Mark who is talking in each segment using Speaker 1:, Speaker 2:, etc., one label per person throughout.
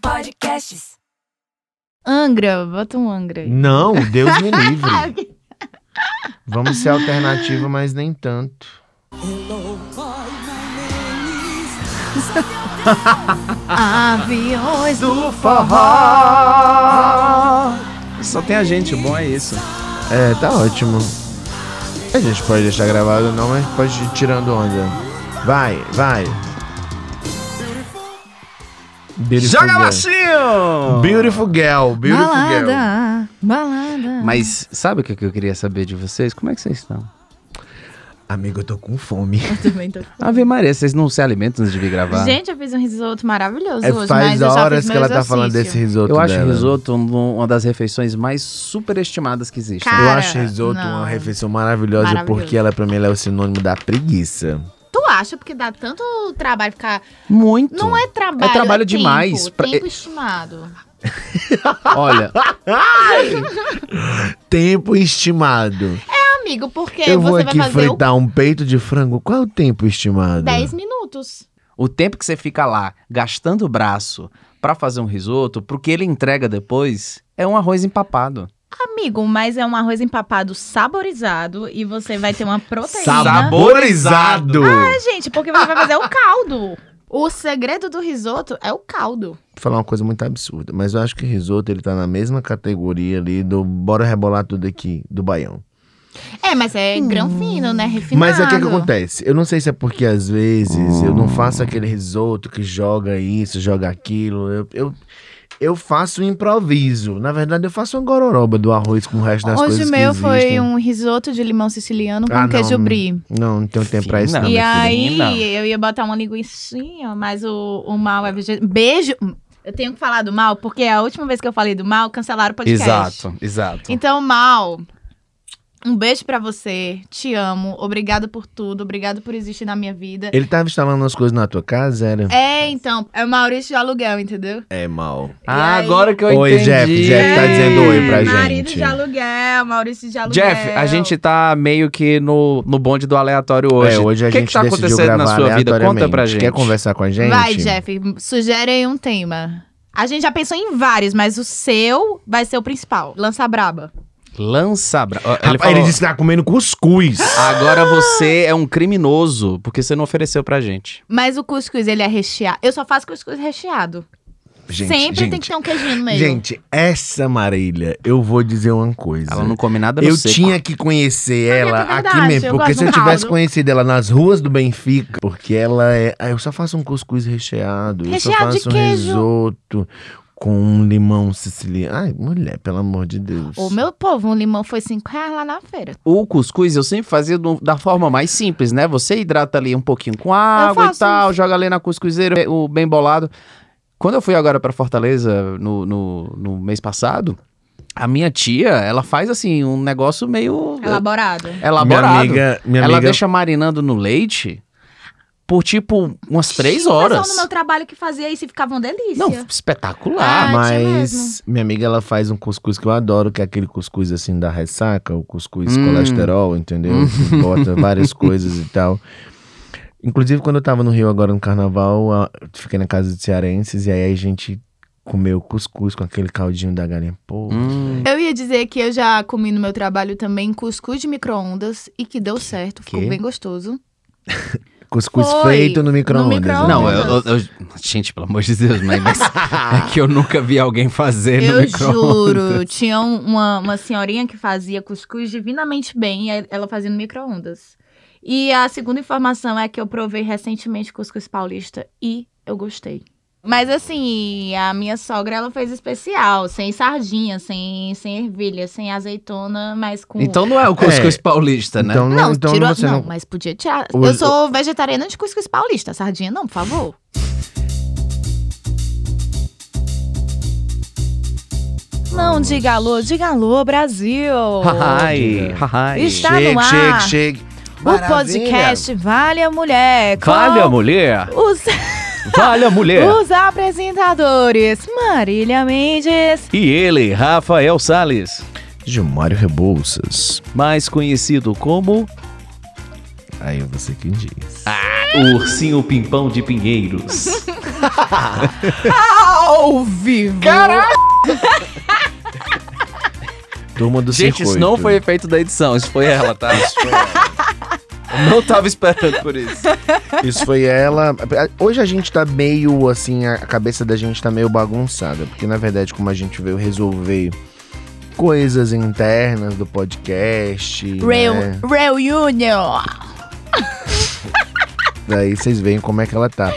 Speaker 1: Podcasts.
Speaker 2: Angra, bota um Angra aí.
Speaker 3: Não, Deus me livre. Vamos ser alternativa, mas nem tanto.
Speaker 2: Aviões do
Speaker 4: Só tem a gente, o bom é isso.
Speaker 3: É, tá ótimo. A gente pode deixar gravado não, mas pode ir tirando onda. Vai, vai. Beautiful
Speaker 4: Joga
Speaker 3: girl.
Speaker 4: baixinho!
Speaker 3: Beautiful girl, beautiful girl.
Speaker 2: Balada, balada.
Speaker 4: Mas sabe o que que eu queria saber de vocês? Como é que vocês estão?
Speaker 3: Amigo, eu tô com fome.
Speaker 2: Eu também tô-
Speaker 4: Ave Maria, vocês não se alimentam antes de vir gravar?
Speaker 2: então. Gente, eu fiz um risoto maravilhoso
Speaker 3: É,
Speaker 2: hoje,
Speaker 3: faz
Speaker 2: mas eu já
Speaker 3: horas
Speaker 2: fiz
Speaker 3: que
Speaker 2: meu
Speaker 3: ela tá falando desse
Speaker 2: exercício.
Speaker 3: risoto
Speaker 4: eu acho
Speaker 3: dela.
Speaker 4: risoto um- uma das refeições mais superestimadas que existem.
Speaker 2: Cara,
Speaker 3: Eu acho risoto
Speaker 2: não.
Speaker 3: uma refeição maravilhosa,
Speaker 2: Maravilhoso.
Speaker 3: porque ela pra mim ela é o sinônimo da preguiça.
Speaker 2: Tu acha? Porque dá tanto trabalho ficar...
Speaker 4: Muito.
Speaker 2: Não é trabalho,
Speaker 4: É trabalho
Speaker 2: tempo,
Speaker 4: demais pra-
Speaker 3: é-
Speaker 2: Tempo estimado.
Speaker 4: Olha,
Speaker 3: Tempo estimado.
Speaker 2: Amigo, porque
Speaker 3: eu vou
Speaker 2: É, você vai
Speaker 3: aqui
Speaker 2: fazer o
Speaker 3: fritar um peito de frango. Qual é o tempo estimado?
Speaker 2: 10 minutos.
Speaker 4: o tempo que você fica lá gastando o braço pra fazer um risoto, pro que ele entrega depois é um arroz empapado.
Speaker 2: Amigo, mas é um arroz empapado saborizado e você vai ter uma proteína.
Speaker 3: Saborizado!
Speaker 2: Ah, gente, porque você vai fazer o caldo. O segredo do risoto é o caldo.
Speaker 3: Vou falar uma coisa muito absurda, mas eu acho que risoto ele tá na mesma categoria ali do bora rebolar tudo aqui do baião.
Speaker 2: É, mas é grão fino, né? Refinado.
Speaker 3: Mas é o que que acontece? Eu não sei se é porque às vezes eu não faço aquele risoto que joga isso, joga aquilo. Eu, eu, eu faço um improviso. Na verdade, eu faço uma gororoba do arroz com o resto das
Speaker 2: Hoje
Speaker 3: coisas
Speaker 2: o
Speaker 3: que
Speaker 2: meu
Speaker 3: existem.
Speaker 2: foi um risoto de limão siciliano com
Speaker 3: Ah, não.
Speaker 2: queijo brie.
Speaker 3: Não, não tenho tempo pra isso.
Speaker 4: Fina.
Speaker 3: Não,
Speaker 2: e
Speaker 3: minha filha.
Speaker 2: aí,
Speaker 4: Não.
Speaker 2: eu ia botar uma linguiçinha, mas o, o mal é vegetariano. Beijo! Eu tenho que falar do mal, porque é a última vez que eu falei do mal, cancelaram o podcast.
Speaker 4: Exato, exato.
Speaker 2: Então, Mal, um beijo pra você. Te amo. Obrigada por tudo. Obrigada por existir na minha vida.
Speaker 3: Ele tava instalando umas coisas na tua casa, era?
Speaker 2: É, então, é o Maurício de aluguel, entendeu?
Speaker 3: É mal.
Speaker 4: Ah,
Speaker 2: aí?
Speaker 4: agora que eu
Speaker 3: Oi,
Speaker 4: entendi.
Speaker 3: Jeff, Jeff tá
Speaker 2: É,
Speaker 3: dizendo oi pra
Speaker 2: Marido
Speaker 3: gente.
Speaker 2: de aluguel, Maurício de aluguel.
Speaker 4: Jeff, a gente tá meio que no, no bonde do aleatório hoje.
Speaker 3: É, hoje a
Speaker 4: que
Speaker 3: gente
Speaker 4: que tá
Speaker 3: decidiu
Speaker 4: acontecendo na
Speaker 3: gravar
Speaker 4: sua vida? Conta
Speaker 3: aleatoriamente.
Speaker 4: pra gente.
Speaker 3: Quer conversar com a gente?
Speaker 2: Vai, Jeff, sugere aí um tema. A gente já pensou em vários, mas o seu vai ser o principal. Lança braba.
Speaker 4: Lança bra... Ó,
Speaker 3: Ele,
Speaker 4: Ele falou,
Speaker 3: ele disse que tá comendo cuscuz.
Speaker 4: agora você é um criminoso, porque você não ofereceu pra gente.
Speaker 2: Mas o cuscuz, ele é recheado. Eu só faço cuscuz recheado. Sempre tem que ter um queijinho no meio.
Speaker 3: Gente, essa Marília, eu vou dizer uma coisa.
Speaker 4: Ela não come nada no
Speaker 3: Eu
Speaker 4: seco.
Speaker 3: tinha que conhecer ela
Speaker 2: é
Speaker 3: aqui
Speaker 2: verdade, eu
Speaker 3: mesmo, porque
Speaker 2: gosto
Speaker 3: se eu
Speaker 2: de um
Speaker 3: tivesse
Speaker 2: caldo.
Speaker 3: conhecido ela nas ruas do Benfica, porque ela é. Ah, eu só faço um cuscuz recheado, eu só
Speaker 2: Recheado de
Speaker 3: faço um
Speaker 2: queijo.
Speaker 3: risoto com um limão siciliano. Ai, mulher, pelo amor de Deus.
Speaker 2: O meu povo, um limão foi 5 reais lá na feira.
Speaker 4: O cuscuz eu sempre fazia do- da forma mais simples, né? Você hidrata ali um pouquinho com água e
Speaker 2: faço
Speaker 4: tal, joga ali na cuscuzeira, o bem bolado. Quando eu fui agora pra Fortaleza no, no, no mês passado, a minha tia, ela faz assim, um negócio meio eh,
Speaker 2: Elaborado.
Speaker 4: elaborado.
Speaker 3: Minha amiga, minha
Speaker 4: ela
Speaker 3: amiga
Speaker 4: deixa marinando no leite por tipo umas três
Speaker 2: Tinha um pessoal
Speaker 4: horas.
Speaker 2: no meu trabalho que fazia isso e ficava uma delícia.
Speaker 4: Não, espetacular.
Speaker 2: Ah, tinha
Speaker 3: mas
Speaker 2: mesmo.
Speaker 3: minha amiga ela faz um cuscuz que eu adoro, que é aquele cuscuz assim da ressaca, o cuscuz
Speaker 4: Hum.
Speaker 3: colesterol, entendeu? Que Bota várias coisas e tal. Inclusive, quando eu tava no Rio agora no carnaval, a- eu fiquei na casa de cearenses e aí a gente comeu cuscuz com aquele caldinho da galinha. Pô,
Speaker 4: Hum,
Speaker 2: Eu ia dizer que eu já comi no meu trabalho também cuscuz de micro-ondas e que deu certo, ficou
Speaker 4: Quê?
Speaker 2: bem gostoso.
Speaker 3: cuscuz
Speaker 2: Foi.
Speaker 3: feito no
Speaker 2: No
Speaker 3: micro-ondas. né?
Speaker 2: micro-ondas.
Speaker 3: entendeu?
Speaker 4: Não, é eu, eu- eu- Gente, pelo amor de Deus, mãe, mas é que eu nunca vi alguém fazer no
Speaker 2: Eu
Speaker 4: micro
Speaker 2: juro, tinha um- uma, uma senhorinha que fazia cuscuz divinamente bem e ela fazia no micro-ondas. E a segunda informação é que eu provei recentemente cuscuz paulista e eu gostei. Mas assim, a minha sogra ela fez especial, sem sardinha, sem, sem ervilha, sem azeitona, mas com
Speaker 4: Então não é o cuscuz paulista, né?
Speaker 3: Então, não,
Speaker 2: Não,
Speaker 3: então
Speaker 2: tirou,
Speaker 3: você
Speaker 2: não,
Speaker 3: não.
Speaker 2: mas podia tirar.
Speaker 3: O-
Speaker 2: eu sou vegetariana de cuscuz paulista, sardinha não, por favor. Não diga alô, diga alô, Brasil.
Speaker 4: Ai, ai.
Speaker 2: Está no ar
Speaker 3: Chegue, chegue,
Speaker 2: o podcast Vale a Mulher com
Speaker 4: Vale a mulher!
Speaker 2: os,
Speaker 4: Vale a
Speaker 5: É.
Speaker 4: mulher!
Speaker 2: os apresentadores Marília Mendes.
Speaker 4: E ele, Rafael Salles,
Speaker 3: Gilmário Rebouças.
Speaker 4: mais conhecido como
Speaker 3: Aí você que diz.
Speaker 4: o Ursinho Pimpão de Pinheiros. Ao vivo! Caraca!
Speaker 3: Turma do
Speaker 4: Gente,
Speaker 3: circuito.
Speaker 4: isso não foi efeito da edição, isso foi ela, tá? Isso foi ela. Eu não tava esperando por isso.
Speaker 3: Isso foi ela. Hoje a gente tá meio assim, a cabeça da gente tá meio bagunçada. Porque, na verdade, como a gente veio resolver coisas internas do podcast.
Speaker 2: Reu,
Speaker 3: né?
Speaker 2: Reunion.
Speaker 3: Daí vocês veem como é que ela tá.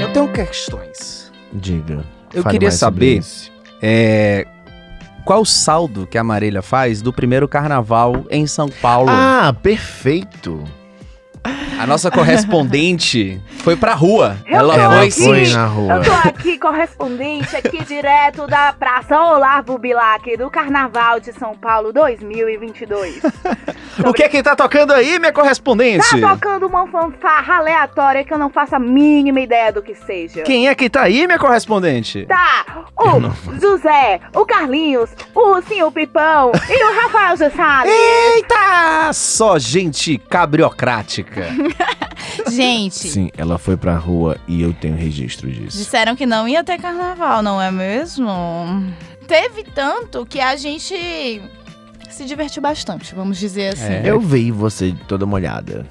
Speaker 4: Eu tenho questões.
Speaker 3: Diga.
Speaker 4: Eu
Speaker 3: fale
Speaker 4: queria
Speaker 3: mais sobre
Speaker 4: saber-
Speaker 3: isso.
Speaker 4: É. Qual o saldo que a Marília faz do primeiro carnaval em São Paulo?
Speaker 3: Ah, perfeito.
Speaker 4: A nossa correspondente foi pra rua. Ela, assim,
Speaker 3: Ela
Speaker 4: foi,
Speaker 3: foi
Speaker 4: sim.
Speaker 3: na
Speaker 6: Eu
Speaker 3: rua.
Speaker 6: tô aqui correspondente, aqui direto da Praça Olavo Bilac, do Carnaval de São Paulo 2022.
Speaker 4: O que é que tá tocando aí, minha correspondente?
Speaker 6: Tá tocando uma fanfarra aleatória que eu não faço a mínima ideia do que seja.
Speaker 4: Quem é que tá aí, minha correspondente?
Speaker 6: Tá, o José, o Carlinhos, o Ursinho Pipão e o Rafael Gessari.
Speaker 4: Eita! Só gente cabriocrática.
Speaker 2: Gente,
Speaker 3: Sim, ela foi pra rua e eu tenho registro disso.
Speaker 2: disseram que não ia ter carnaval, não é mesmo? Teve tanto que a gente se divertiu bastante, vamos dizer assim.
Speaker 4: É.
Speaker 3: Eu vi você toda molhada.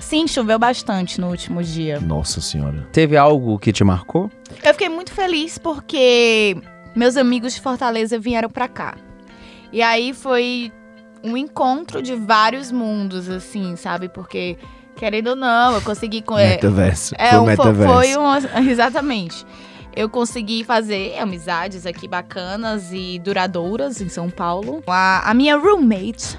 Speaker 2: Sim, choveu bastante no último dia.
Speaker 3: Nossa senhora.
Speaker 4: Teve algo que te marcou?
Speaker 2: Eu fiquei muito feliz porque meus amigos de Fortaleza vieram pra cá. E aí foi um encontro de vários mundos, assim, sabe? Porque, querendo ou não, eu consegui. co- é,
Speaker 3: metaverso.
Speaker 2: É, um-
Speaker 3: foi o
Speaker 2: fo-
Speaker 3: metaverso.
Speaker 2: foi um, exatamente. Eu consegui fazer amizades aqui bacanas e duradouras em São Paulo. A, a minha roommate,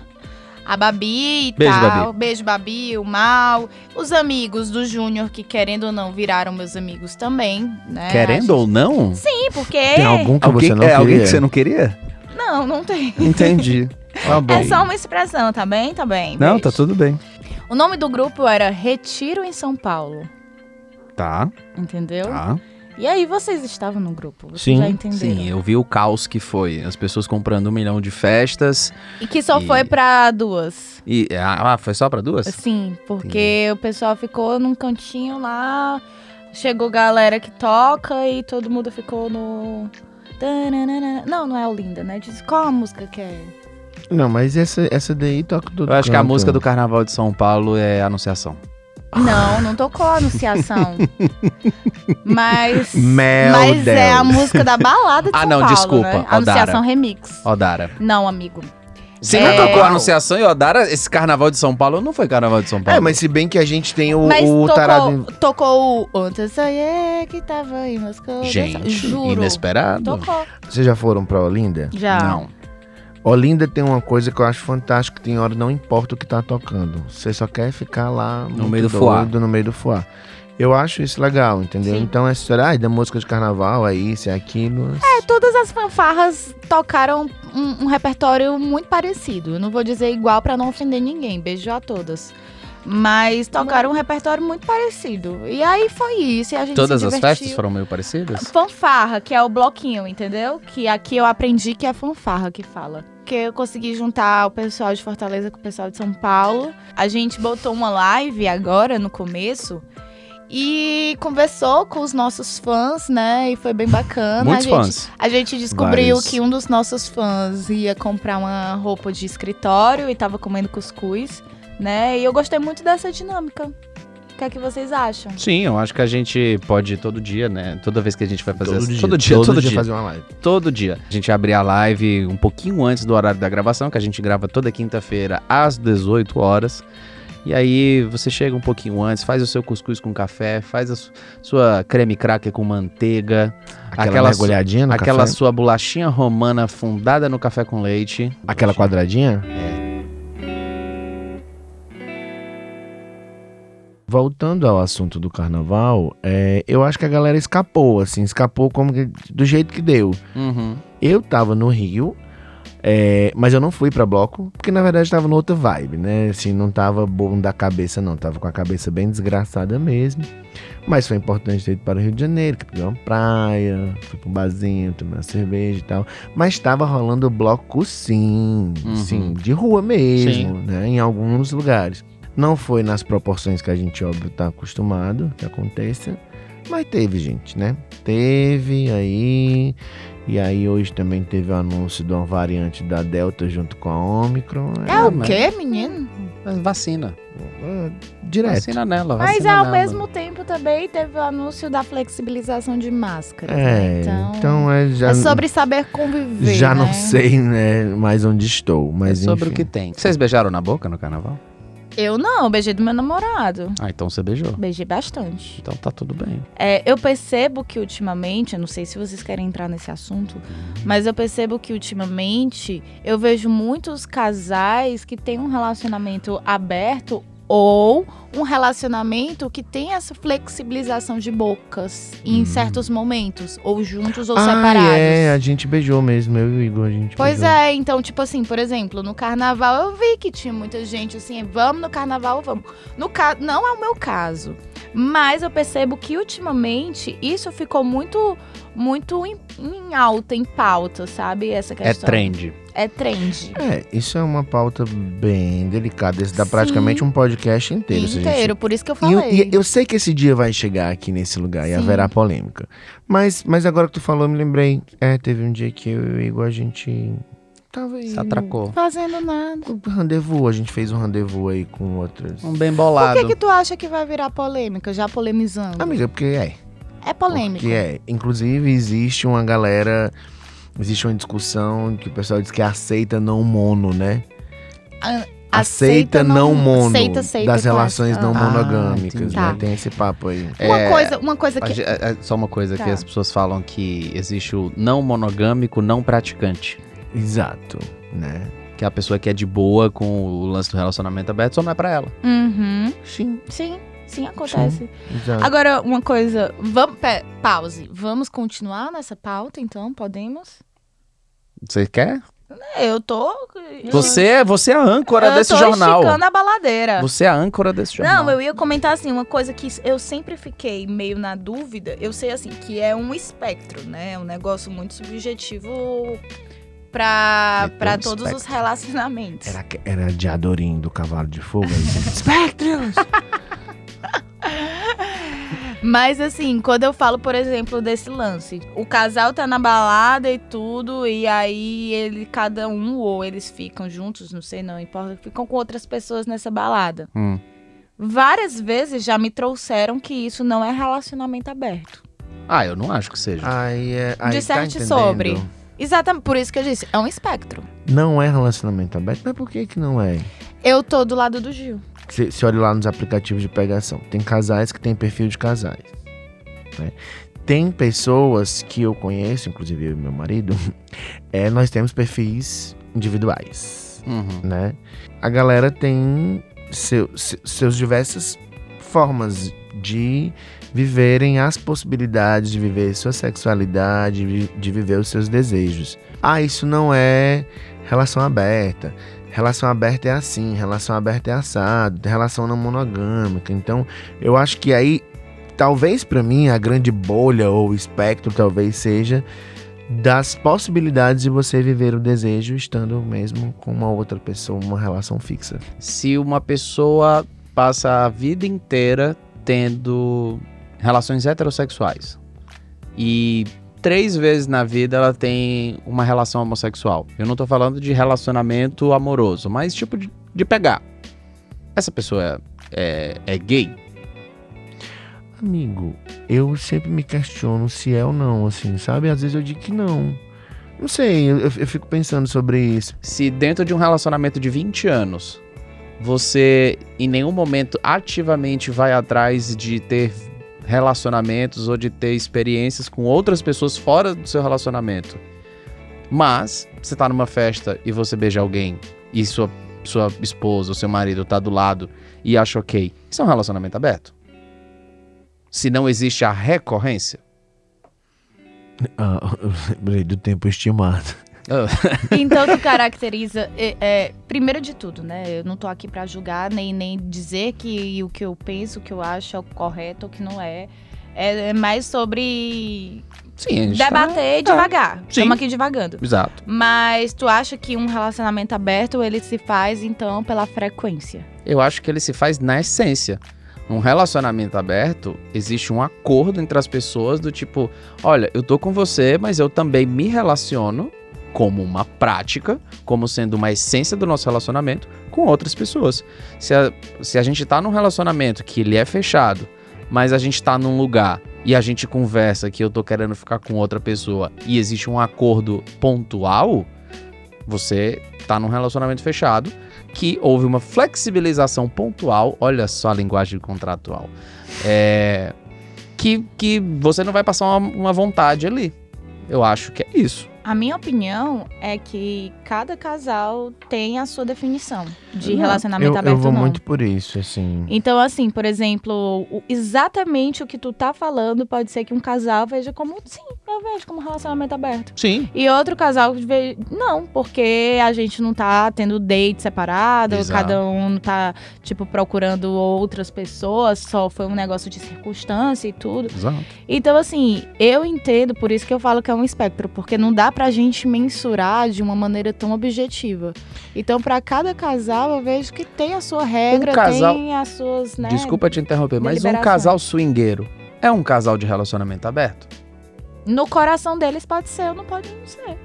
Speaker 2: a Babi e
Speaker 4: Beijo,
Speaker 2: tal. Beijo, Babi, o Mal. Os amigos do Júnior, que querendo ou não, viraram meus amigos também, né?
Speaker 4: Querendo
Speaker 2: A gente-
Speaker 4: ou não?
Speaker 2: Sim, porque...
Speaker 3: Tem algum que
Speaker 4: Alguém,
Speaker 3: você não
Speaker 4: é,
Speaker 3: queria?
Speaker 4: alguém que você não queria?
Speaker 2: Não, não tem.
Speaker 4: Entendi.
Speaker 3: Tá bom.
Speaker 2: É só uma expressão, tá bem? Tá bem.
Speaker 4: não,
Speaker 2: beijo.
Speaker 4: tá tudo bem.
Speaker 2: O nome do grupo era Retiro em São Paulo,
Speaker 4: Tá,
Speaker 2: entendeu?
Speaker 4: tá.
Speaker 2: E aí, vocês estavam no grupo, vocês
Speaker 3: Sim,
Speaker 2: já entenderam.
Speaker 4: Sim, eu vi o caos que foi. As pessoas comprando um milhão de festas.
Speaker 2: E que só
Speaker 4: E-
Speaker 2: foi pra duas.
Speaker 4: E. Ah, foi só pra
Speaker 2: É
Speaker 4: duas?
Speaker 2: Sim, porque o pessoal ficou num cantinho lá, chegou galera que toca e todo mundo ficou no. Tananana. Não, não é Olinda, né? Diz qual a música que é.
Speaker 3: Não, mas essa, essa daí toca todo
Speaker 4: Eu acho que é a
Speaker 3: canto.
Speaker 4: música do Carnaval de São Paulo é Anunciação.
Speaker 2: Não, não tocou a Anunciação. Mas.
Speaker 3: Meu
Speaker 2: mas
Speaker 3: Deus.
Speaker 2: é a música da balada de
Speaker 4: Ah,
Speaker 2: São
Speaker 4: não,
Speaker 2: Paulo,
Speaker 4: desculpa,
Speaker 2: né?
Speaker 4: Odara.
Speaker 2: Anunciação Remix.
Speaker 4: Odara.
Speaker 2: Não, amigo.
Speaker 4: Se
Speaker 2: É.
Speaker 4: não tocou Anunciação e Odara, esse Carnaval de São Paulo não foi Carnaval de São Paulo.
Speaker 3: É, mas se bem que a gente tem o,
Speaker 2: Mas
Speaker 3: o
Speaker 2: tocou,
Speaker 3: tarado. em-
Speaker 2: tocou o Ontem sonhei que tava aí, mas que eu-
Speaker 4: Gente,
Speaker 2: juro.
Speaker 4: inesperado.
Speaker 2: Tocou.
Speaker 3: Vocês já foram pra Olinda?
Speaker 2: Já.
Speaker 4: Não.
Speaker 3: Olinda tem uma coisa que eu acho fantástico, tem hora não importa o que tá tocando. Você só quer ficar lá muito
Speaker 4: meio do fuá.
Speaker 3: doido, no meio do fuá. Eu acho isso legal, entendeu?
Speaker 2: Sim.
Speaker 3: Então essa história, ai, da música de carnaval, é isso, é aquilo. É,
Speaker 2: Todas as fanfarras tocaram um, um repertório muito parecido. Eu não vou dizer igual pra não ofender ninguém. Beijo a todas. Mas tocaram um repertório muito parecido. E aí foi isso. E a gente
Speaker 4: Todas
Speaker 2: se
Speaker 4: as
Speaker 2: divertiu.
Speaker 4: festas foram assim? meio parecidas?
Speaker 2: Fanfarra, que é o bloquinho, entendeu? Que aqui eu aprendi que é fanfarra que fala. Que eu consegui juntar o pessoal de Fortaleza com o pessoal de São Paulo. A gente botou uma live agora, no começo, e conversou com os nossos fãs, né? E foi bem bacana.
Speaker 4: Muitos
Speaker 2: a gente,
Speaker 4: fãs.
Speaker 2: A gente descobriu
Speaker 3: Vários.
Speaker 2: que um dos nossos fãs ia comprar uma roupa de escritório e tava comendo cuscuz, né? E eu gostei muito dessa dinâmica. O que é que vocês acham?
Speaker 4: Sim, eu acho que a gente pode ir todo dia, né? Toda vez que a gente vai fazer essa-
Speaker 3: todo dia,
Speaker 4: todo dia,
Speaker 3: fazer uma live.
Speaker 4: todo dia. A gente abrir a live um pouquinho antes do horário da gravação, que a gente grava toda quinta-feira às 18 horas. E aí você chega um pouquinho antes, faz o seu cuscuz com café, faz a su- sua creme cracker com manteiga,
Speaker 3: Aquela,
Speaker 4: Aquela su-
Speaker 3: mergulhadinha no
Speaker 4: aquela
Speaker 3: café,
Speaker 4: sua bolachinha romana fundada no café com leite.
Speaker 3: aquela quadradinha. Voltando ao assunto do carnaval, é, eu acho que a galera escapou, assim, escapou como que- do jeito que deu.
Speaker 4: Uhum.
Speaker 3: Eu tava no Rio, É, mas eu não fui pra bloco, porque na verdade tava numa outra vibe, né? Assim, não tava bom da cabeça, não. Tava com a cabeça bem desgraçada mesmo. Mas foi importante ter ido para o Rio de Janeiro, que peguei uma praia, fui pra um barzinho, tomei uma cerveja e tal. Mas tava rolando bloco sim,
Speaker 5: Uhum.
Speaker 3: sim, de rua mesmo,
Speaker 5: Sim.
Speaker 3: né? Em alguns lugares. Não foi nas proporções que a gente, óbvio, tá acostumado que aconteça. Mas teve, gente, né? Teve aí. E aí hoje também teve o anúncio de uma variante da Delta junto com a Omicron.
Speaker 2: É o
Speaker 5: mas-
Speaker 2: quê, menino?
Speaker 5: Vacina.
Speaker 3: É, direto.
Speaker 5: Vacina nela, vacina
Speaker 2: Mas ao
Speaker 5: nela.
Speaker 3: é
Speaker 2: mesmo tempo também teve o anúncio da flexibilização de máscaras.
Speaker 3: É,
Speaker 2: né?
Speaker 3: então,
Speaker 2: Então,
Speaker 3: é, já,
Speaker 2: é sobre saber conviver.
Speaker 3: já não
Speaker 2: né?
Speaker 3: sei né, mais onde estou.
Speaker 5: É
Speaker 3: Mas
Speaker 5: sobre
Speaker 3: enfim.
Speaker 5: o que tem. Vocês beijaram na boca no carnaval?
Speaker 2: Eu não, eu beijei do meu namorado.
Speaker 5: Ah, então você beijou.
Speaker 2: Beijei bastante.
Speaker 5: Então tá tudo bem.
Speaker 2: É, eu percebo que ultimamente, eu não sei se vocês querem entrar nesse assunto, mas eu percebo que ultimamente eu vejo muitos casais que têm um relacionamento aberto ou um relacionamento que tem essa flexibilização de bocas em
Speaker 3: Hum.
Speaker 2: certos momentos, ou juntos ou
Speaker 3: ah,
Speaker 2: separados.
Speaker 3: É, a gente beijou mesmo, eu e o Igor, a gente
Speaker 2: Pois
Speaker 3: beijou.
Speaker 2: é, então, tipo assim, por exemplo, no carnaval eu vi que tinha muita gente assim, vamos no carnaval, vamos. No ca... Não é o meu caso. Mas eu percebo que ultimamente isso ficou muito, muito em, em alta, em pauta, sabe? Essa
Speaker 5: É
Speaker 2: questão.
Speaker 5: trend.
Speaker 2: É trend.
Speaker 3: É, isso é uma pauta bem delicada. Isso dá
Speaker 2: Sim.
Speaker 3: praticamente um podcast inteiro. se a gente
Speaker 2: Inteiro, por isso que eu
Speaker 3: E eu-
Speaker 2: falei.
Speaker 3: E eu, sei que esse dia vai chegar aqui nesse lugar e
Speaker 2: Sim.
Speaker 3: haverá polêmica. Mas, mas agora que tu falou, eu me lembrei. É, teve um dia que eu e o Igor, a gente tava aí.
Speaker 5: Se atracou.
Speaker 2: Fazendo nada.
Speaker 3: no- no Rendezvous, a gente fez um rendezvous aí com outras.
Speaker 5: Um bem
Speaker 2: Por
Speaker 5: bolado.
Speaker 2: que, que tu acha que vai virar polêmica? Já polemizando.
Speaker 3: Amiga, porque é.
Speaker 2: É polêmica.
Speaker 3: Porque é. Inclusive, existe uma galera. Existe uma discussão que o pessoal diz que é aceita não mono, né? Aceita, não mono.
Speaker 2: Aceita, aceita.
Speaker 3: das
Speaker 2: claro.
Speaker 3: relações não
Speaker 5: Ah,
Speaker 3: monogâmicas,
Speaker 5: entendi.
Speaker 3: né?
Speaker 2: Tá.
Speaker 3: Tem esse papo aí.
Speaker 2: Uma
Speaker 5: É,
Speaker 2: coisa, uma coisa
Speaker 5: A
Speaker 2: que.
Speaker 5: ge- é- é Só uma coisa
Speaker 2: Tá.
Speaker 5: que as pessoas falam que existe o não monogâmico, não praticante.
Speaker 3: Exato, né?
Speaker 5: Que é a pessoa que é de boa com o lance do relacionamento aberto só não é pra ela.
Speaker 2: Uhum.
Speaker 3: Sim,
Speaker 2: Sim, sim, acontece.
Speaker 3: exato.
Speaker 2: Agora, uma coisa. Vamos. pe- Pause. Vamos continuar nessa pauta, então? Podemos?
Speaker 5: Você quer?
Speaker 2: É, Eu tô.
Speaker 5: Você, você é a âncora
Speaker 2: eu
Speaker 5: desse
Speaker 2: tô
Speaker 5: jornal.
Speaker 2: esticando a baladeira.
Speaker 5: Você é a âncora desse jornal.
Speaker 2: Não, eu ia comentar assim, uma coisa que eu sempre fiquei meio na dúvida. Eu sei assim que é um espectro, né? É um negócio muito subjetivo pra,
Speaker 5: É tão
Speaker 2: pra todos os
Speaker 5: espectro. É
Speaker 2: relacionamentos.
Speaker 3: Era, era de Adorim do Cavalo de Fogo? aí?
Speaker 5: Spectrum!
Speaker 2: Mas assim, quando eu falo, por exemplo, desse lance, o casal tá na balada e tudo, e aí ele, cada um, ou eles ficam juntos, não sei, não importa, ficam com outras pessoas nessa balada.
Speaker 5: Hum.
Speaker 2: Várias vezes já me trouxeram que isso não é relacionamento aberto.
Speaker 5: Ah, eu não acho que seja.
Speaker 3: aí, é, aí
Speaker 2: Disserte
Speaker 3: entendendo.
Speaker 2: sobre. Exatamente, por isso que eu disse, é um espectro.
Speaker 3: Não é relacionamento aberto, mas por que que não é?
Speaker 2: Eu tô do lado do Gil.
Speaker 3: Você você olha lá nos aplicativos de pegação. Tem casais que tem perfil de casais. né? Tem pessoas que eu conheço, inclusive eu e meu marido, é, nós temos perfis individuais,
Speaker 5: Uhum.
Speaker 3: né? A galera tem seu, se- seus diversas formas de viverem as possibilidades de viver sua sexualidade, vi- de viver os seus desejos. Ah, isso não é relação aberta. Relação aberta é assim, relação aberta é assado, relação não monogâmica. Então, eu acho que aí, talvez pra mim, a grande bolha ou espectro talvez seja das possibilidades de você viver o desejo estando mesmo com uma outra pessoa, uma relação fixa.
Speaker 5: Se uma pessoa passa a vida inteira tendo relações heterossexuais e três vezes na vida ela tem uma relação homossexual. Eu não tô falando de relacionamento amoroso, mas tipo de, de pegar. Essa pessoa é, é, é gay?
Speaker 3: Amigo, eu sempre me questiono se é ou não, assim, sabe? Às vezes eu digo que não. Não sei, eu, eu fico pensando sobre isso.
Speaker 5: Se dentro de um relacionamento de 20 anos você em nenhum momento ativamente vai atrás de ter relacionamentos ou de ter experiências com outras pessoas fora do seu relacionamento. Mas você tá numa festa e você beija alguém e sua sua esposa ou seu marido tá do lado e acha OK. Isso é um relacionamento aberto? Se não existe a recorrência,
Speaker 3: Ah, eu lembrei do tempo estimado.
Speaker 2: Então tu caracteriza. é, é, primeiro de tudo, né? Eu não tô aqui pra julgar, nem, nem dizer que o que eu penso, o que eu acho é o correto ou que não é. É é mais sobre
Speaker 5: Sim, a gente tá-
Speaker 3: É.
Speaker 2: debater devagar.
Speaker 5: Sim.
Speaker 2: Estamos aqui devagando.
Speaker 5: Exato.
Speaker 2: Mas tu acha que um relacionamento aberto ele se faz então pela frequência?
Speaker 5: Eu acho que ele se faz na essência. Num relacionamento aberto, existe um acordo entre as pessoas do tipo, olha, eu tô com você, mas eu também me relaciono como uma prática, como sendo uma essência do nosso relacionamento com outras pessoas. Se a, se a gente tá num relacionamento que ele é fechado, mas a gente tá num lugar e a gente conversa que eu tô querendo ficar com outra pessoa e existe um acordo pontual, você tá num relacionamento fechado que houve uma flexibilização pontual, olha só a linguagem contratual, é, que, que você não vai passar uma, uma vontade ali. Eu acho que é isso.
Speaker 2: A minha opinião é que cada casal tem a sua definição de
Speaker 3: Não,
Speaker 2: relacionamento
Speaker 3: eu,
Speaker 2: aberto
Speaker 3: eu vou
Speaker 2: ou não.
Speaker 3: muito por isso, assim.
Speaker 2: Então, assim, por exemplo, o- exatamente o que tu tá falando pode ser que um casal veja como, sim, eu vejo como relacionamento aberto.
Speaker 5: Sim.
Speaker 2: E outro casal veja, não, porque a gente não tá tendo date separado,
Speaker 5: Exato.
Speaker 2: cada um não tá, tipo, procurando outras pessoas, só foi um negócio de circunstância e tudo.
Speaker 5: Exato.
Speaker 2: Então, assim, eu entendo, por isso que eu falo que é um espectro, porque não dá pra gente mensurar de uma maneira tão objetiva. Então, pra cada casal, eu vejo que tem a sua regra,
Speaker 5: Um casal-
Speaker 2: tem as suas, né?
Speaker 5: Desculpa te interromper, mas um
Speaker 2: Deliberação.
Speaker 5: casal swingueiro é um casal de relacionamento aberto?
Speaker 2: No coração deles pode ser ou não pode não ser.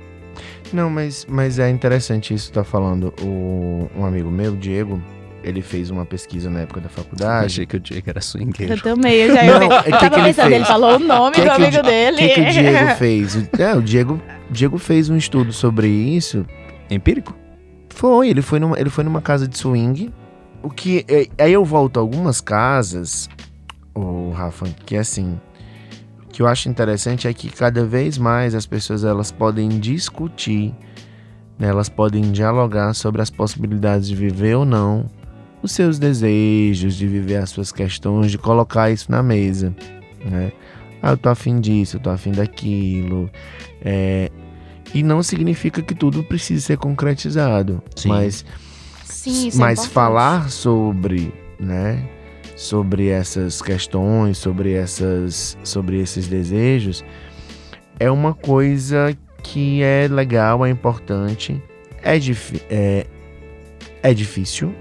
Speaker 3: Não, mas, mas é interessante isso que tá falando. O, um amigo meu, Diego, ele fez uma pesquisa na época da faculdade.
Speaker 5: Ah, que o Diego era
Speaker 2: Eu
Speaker 5: swingueiro.
Speaker 2: também, eu já eu
Speaker 3: Não, e que
Speaker 2: tava
Speaker 3: que ele
Speaker 2: pensando,
Speaker 3: fez?
Speaker 2: ele, falou o nome
Speaker 3: Que
Speaker 2: do
Speaker 3: que o
Speaker 2: amigo
Speaker 3: Di-
Speaker 2: dele.
Speaker 3: O que, que o Diego fez? É, o Diego, Diego fez um estudo sobre isso.
Speaker 5: Empírico?
Speaker 3: Foi, ele foi numa, ele foi numa casa de swing. O que. é, Aí eu volto a algumas casas, o Rafa, que é assim. O que eu acho interessante é que cada vez mais as pessoas elas podem discutir, né, elas podem dialogar sobre as possibilidades de viver ou não os seus desejos, de viver as suas questões, de colocar isso na mesa, né? Ah, eu tô afim disso, eu tô afim daquilo. é, E não significa que tudo precise ser concretizado.
Speaker 5: Sim.
Speaker 3: Mas
Speaker 2: Sim, isso é
Speaker 3: mas
Speaker 2: importante.
Speaker 3: falar sobre, né, sobre essas questões, sobre essas, sobre esses desejos é uma coisa que é legal, é importante, é dif- é, é difícil,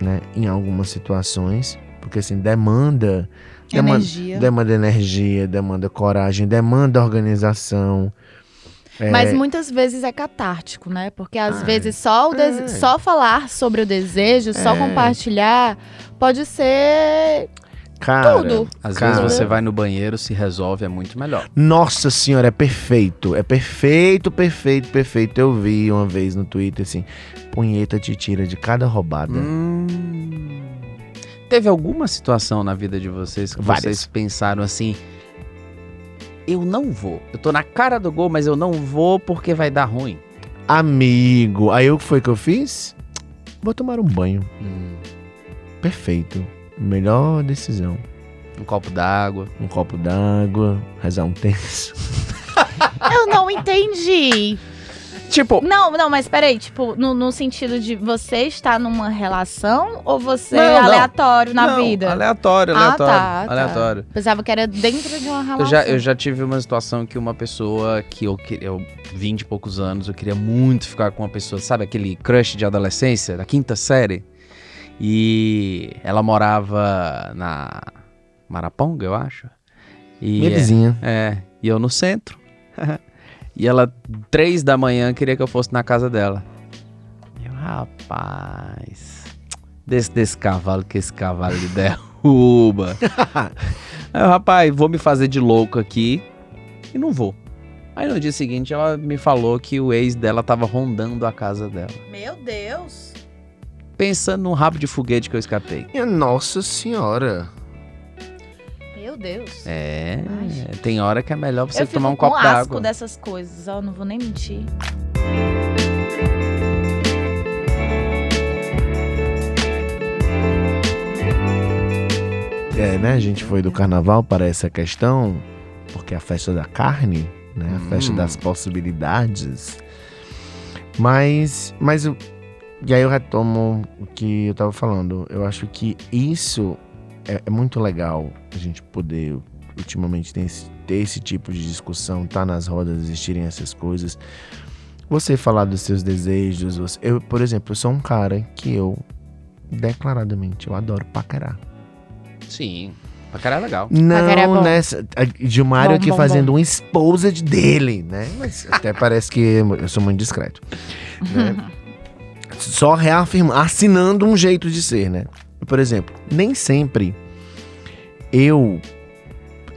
Speaker 3: né, em algumas situações, porque assim demanda demanda
Speaker 2: Energia.
Speaker 3: demanda energia, demanda coragem, demanda organização. É,
Speaker 2: Mas muitas vezes é catártico, né? Porque às
Speaker 3: Ah,
Speaker 2: vezes só, o dese-
Speaker 3: é.
Speaker 2: só falar sobre o desejo, só
Speaker 3: É.
Speaker 2: compartilhar, pode ser
Speaker 3: cara,
Speaker 2: tudo.
Speaker 5: Às
Speaker 3: Cara.
Speaker 5: vezes você vai no banheiro, se resolve, é muito melhor.
Speaker 3: Nossa senhora, é perfeito. É perfeito, perfeito, perfeito. Eu vi uma vez no Twitter assim: punheta te tira de cada roubada.
Speaker 5: Hum. Teve alguma situação na vida de vocês que
Speaker 3: Várias.
Speaker 5: vocês pensaram assim: eu não vou. Eu tô na cara do gol, mas eu não vou porque vai dar ruim.
Speaker 3: Amigo, aí o que foi que eu fiz? Vou tomar um banho. Perfeito. Melhor decisão.
Speaker 5: Um copo d'água.
Speaker 3: Um copo d'água, rezar um terço.
Speaker 2: Eu não entendi.
Speaker 5: Tipo,
Speaker 2: Não, não, mas peraí, tipo, no, no sentido de você estar numa relação ou você
Speaker 5: Não,
Speaker 2: é
Speaker 5: não.
Speaker 2: aleatório na vida?
Speaker 5: Aleatório,
Speaker 2: Ah,
Speaker 5: aleatório.
Speaker 2: tá, tá.
Speaker 5: aleatório.
Speaker 2: Pensava que era dentro de uma relação.
Speaker 5: Eu já, eu já tive uma situação que uma pessoa que eu queria. Eu, 20 e poucos anos, eu queria muito ficar com uma pessoa, sabe aquele crush de adolescência, da quinta série? E ela morava na Maraponga, eu acho. E
Speaker 3: Minha vizinha.
Speaker 5: é, e eu no centro. e ela, três da manhã, queria que eu fosse na casa dela. Eu, rapaz, desce desse cavalo que esse cavalo lhe derruba. Aí eu, rapaz, vou me fazer de louco aqui e não vou. Aí no dia seguinte ela me falou que o ex dela tava rondando a casa dela.
Speaker 2: Meu Deus.
Speaker 5: Pensando num rabo de foguete que eu escapei.
Speaker 3: Minha Nossa senhora.
Speaker 2: Meu Deus.
Speaker 5: É,
Speaker 2: Ai.
Speaker 5: tem hora que é melhor você
Speaker 2: eu fico
Speaker 5: tomar um
Speaker 2: com
Speaker 5: copo
Speaker 2: asco
Speaker 5: d'água.
Speaker 2: dessas coisas, ó, não vou nem mentir.
Speaker 3: É, né? A gente foi do carnaval para essa é questão, porque a festa da carne, né? A festa
Speaker 5: Hum.
Speaker 3: das possibilidades. Mas, mas eu- e aí eu retomo o que eu tava falando. Eu acho que isso é, é muito legal a gente poder ultimamente ter esse, ter esse tipo de discussão, tá nas rodas, existirem essas coisas. Você falar dos seus desejos. você- eu, por exemplo, eu sou um cara que eu declaradamente eu adoro paquerar.
Speaker 5: Sim. Pra caralho é legal.
Speaker 7: Paquera é
Speaker 3: Não,
Speaker 7: bom.
Speaker 3: nessa. a- Gilmário
Speaker 7: Bom,
Speaker 3: aqui
Speaker 7: bom,
Speaker 3: fazendo um exposed dele, né? Mas até parece que eu sou muito discreto. Né? Só reafirmando, assinando um jeito de ser, né? Por exemplo, nem sempre eu.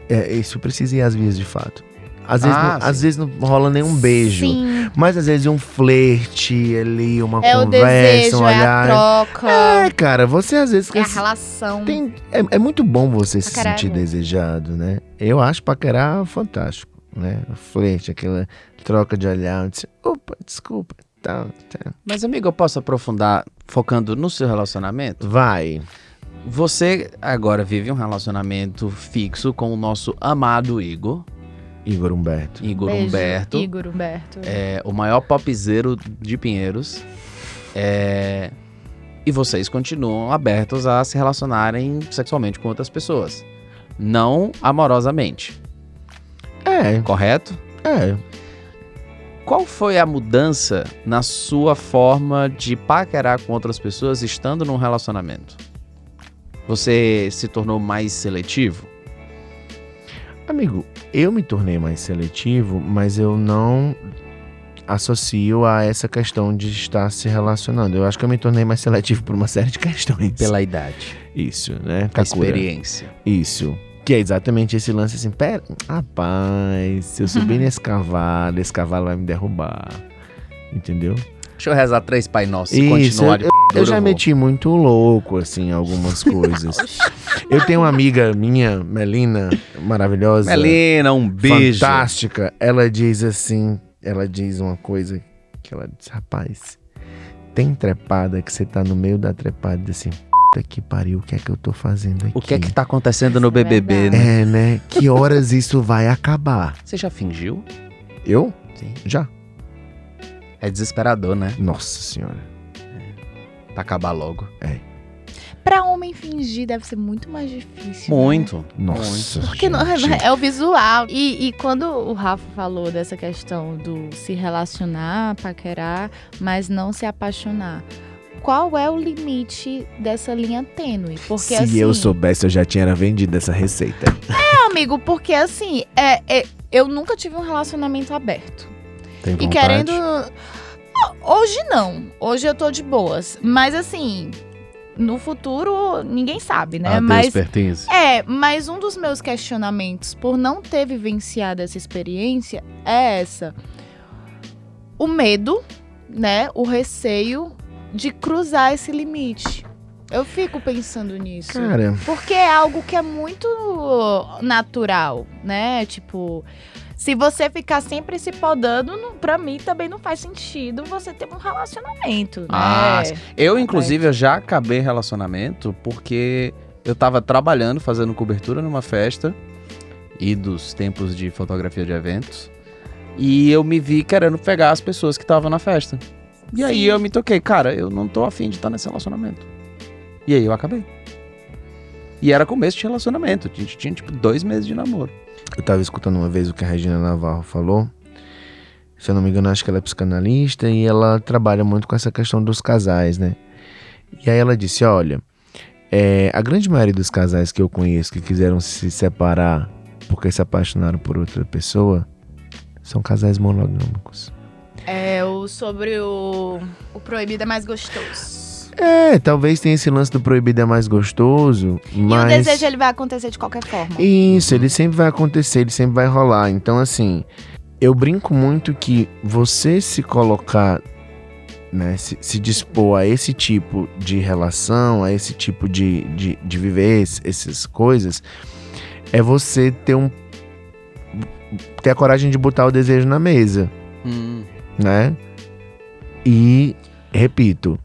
Speaker 3: É, isso precisa ir às vias de fato. Às vezes,
Speaker 5: Ah,
Speaker 3: não, às
Speaker 5: sim.
Speaker 3: vezes não rola nenhum um beijo.
Speaker 2: Sim.
Speaker 3: Mas às vezes um flerte ali, uma
Speaker 2: É o
Speaker 3: conversa,
Speaker 2: desejo,
Speaker 3: um
Speaker 2: é
Speaker 3: olhar.
Speaker 2: a troca,
Speaker 3: É, cara, você às vezes.
Speaker 2: é a
Speaker 3: quer se-
Speaker 2: relação.
Speaker 3: tem- é, é muito bom você se
Speaker 2: caralho.
Speaker 3: sentir desejado, né? Eu acho paquerar fantástico, né? O flerte, aquela troca de olhar, de, opa, desculpa, tá, tal, tal.
Speaker 5: Mas, amigo, eu posso aprofundar focando no seu relacionamento?
Speaker 3: Vai.
Speaker 5: Você agora vive um relacionamento fixo com o nosso amado Igor,
Speaker 3: Igor Humberto.
Speaker 5: Igor
Speaker 2: Beijo,
Speaker 5: Humberto,
Speaker 2: Igor Humberto.
Speaker 5: é, o maior popzeiro de Pinheiros. É, e vocês continuam abertos a se relacionarem sexualmente com outras pessoas. Não amorosamente,
Speaker 3: É,
Speaker 5: correto?
Speaker 3: é.
Speaker 5: Qual foi a mudança na sua forma de paquerar com outras pessoas estando num relacionamento? Você se tornou mais seletivo?
Speaker 3: Amigo, eu me tornei mais seletivo, mas eu não associo a essa questão de estar se relacionando. Eu acho que eu me tornei mais seletivo por uma série de questões.
Speaker 5: idade.
Speaker 3: Isso, né?
Speaker 5: A
Speaker 3: Kakura.
Speaker 5: experiência.
Speaker 3: Isso. Que é exatamente esse lance assim, pera, rapaz,
Speaker 5: Uhum.
Speaker 3: se eu subir nesse cavalo, esse cavalo vai me derrubar. Entendeu?
Speaker 5: Deixa eu rezar três Pai Nosso e
Speaker 3: Isso, eu,
Speaker 5: continuar de
Speaker 3: eu,
Speaker 5: duro,
Speaker 3: já
Speaker 5: vou.
Speaker 3: meti muito louco, assim, em algumas coisas. eu tenho uma amiga minha, Melina, maravilhosa.
Speaker 5: Melina, um beijo.
Speaker 3: Fantástica. Ela diz assim, ela diz uma coisa que ela diz, rapaz, tem trepada que você tá no meio da trepada e diz assim, puta que pariu, o que é que eu tô fazendo aqui?
Speaker 5: O que é que tá acontecendo no
Speaker 2: Isso é
Speaker 5: BBB,
Speaker 2: verdade.
Speaker 5: né?
Speaker 3: É, né? Que horas isso vai acabar?
Speaker 5: Você já fingiu?
Speaker 3: Eu?
Speaker 5: Sim.
Speaker 3: Já.
Speaker 5: É desesperador, né?
Speaker 3: Nossa senhora. É,
Speaker 5: Pra acabar logo.
Speaker 2: Pra homem fingir deve ser muito mais difícil. né?
Speaker 5: Muito.
Speaker 3: Nossa.
Speaker 2: Porque não,
Speaker 3: gente.
Speaker 2: é o visual. E, e quando o Rafa falou dessa questão do se relacionar, paquerar, mas não se apaixonar, qual é o limite dessa linha tênue? Porque
Speaker 3: Se
Speaker 2: assim,
Speaker 3: eu soubesse, eu já tinha vendido essa receita.
Speaker 2: é, amigo, porque assim, é, é- eu nunca tive um relacionamento aberto.
Speaker 3: Tem
Speaker 2: E querendo. Hoje não. Hoje eu tô de boas. Mas assim, no futuro, ninguém sabe,
Speaker 4: Ah,
Speaker 5: Ah,
Speaker 2: né? mas
Speaker 5: pertence.
Speaker 2: É, mas um dos meus questionamentos por não ter vivenciado essa experiência é essa. O medo, né? O receio de cruzar esse limite. Eu fico pensando nisso.
Speaker 3: Cara,
Speaker 2: Porque é algo que é muito natural, né? Tipo, se você ficar sempre se podando, não, pra mim também não faz sentido você ter um relacionamento, né?
Speaker 5: Ah, Eu, inclusive, eu já acabei relacionamento porque eu tava trabalhando, fazendo cobertura numa festa e dos tempos de fotografia de eventos. E eu me vi querendo pegar as pessoas que estavam na festa. E aí
Speaker 2: Sim.
Speaker 5: eu me toquei, cara, eu não tô afim de estar nesse relacionamento. E aí eu acabei. E era começo de relacionamento. A gente tinha, tipo, dois meses de namoro.
Speaker 3: eu tava escutando uma vez o que a Regina Navarro falou. Se eu não me engano, acho que ela é psicanalista e ela trabalha muito com essa questão dos casais, né? E aí ela disse: olha, é, a grande maioria dos casais que eu conheço que quiseram se separar porque se apaixonaram por outra pessoa são casais monogâmicos.
Speaker 2: É o sobre o, o proibido é mais gostoso.
Speaker 3: É, talvez tenha esse lance do proibido é mais gostoso, mas...
Speaker 2: E o desejo é ele vai acontecer de qualquer forma.
Speaker 3: Isso, ele sempre vai acontecer, ele sempre vai rolar. Então, assim, eu brinco muito que você se colocar, né, se, se dispor a esse tipo de relação, a esse tipo de, de, de viver es- essas coisas, é você ter um... ter a coragem de botar o desejo na mesa, né? E, repito,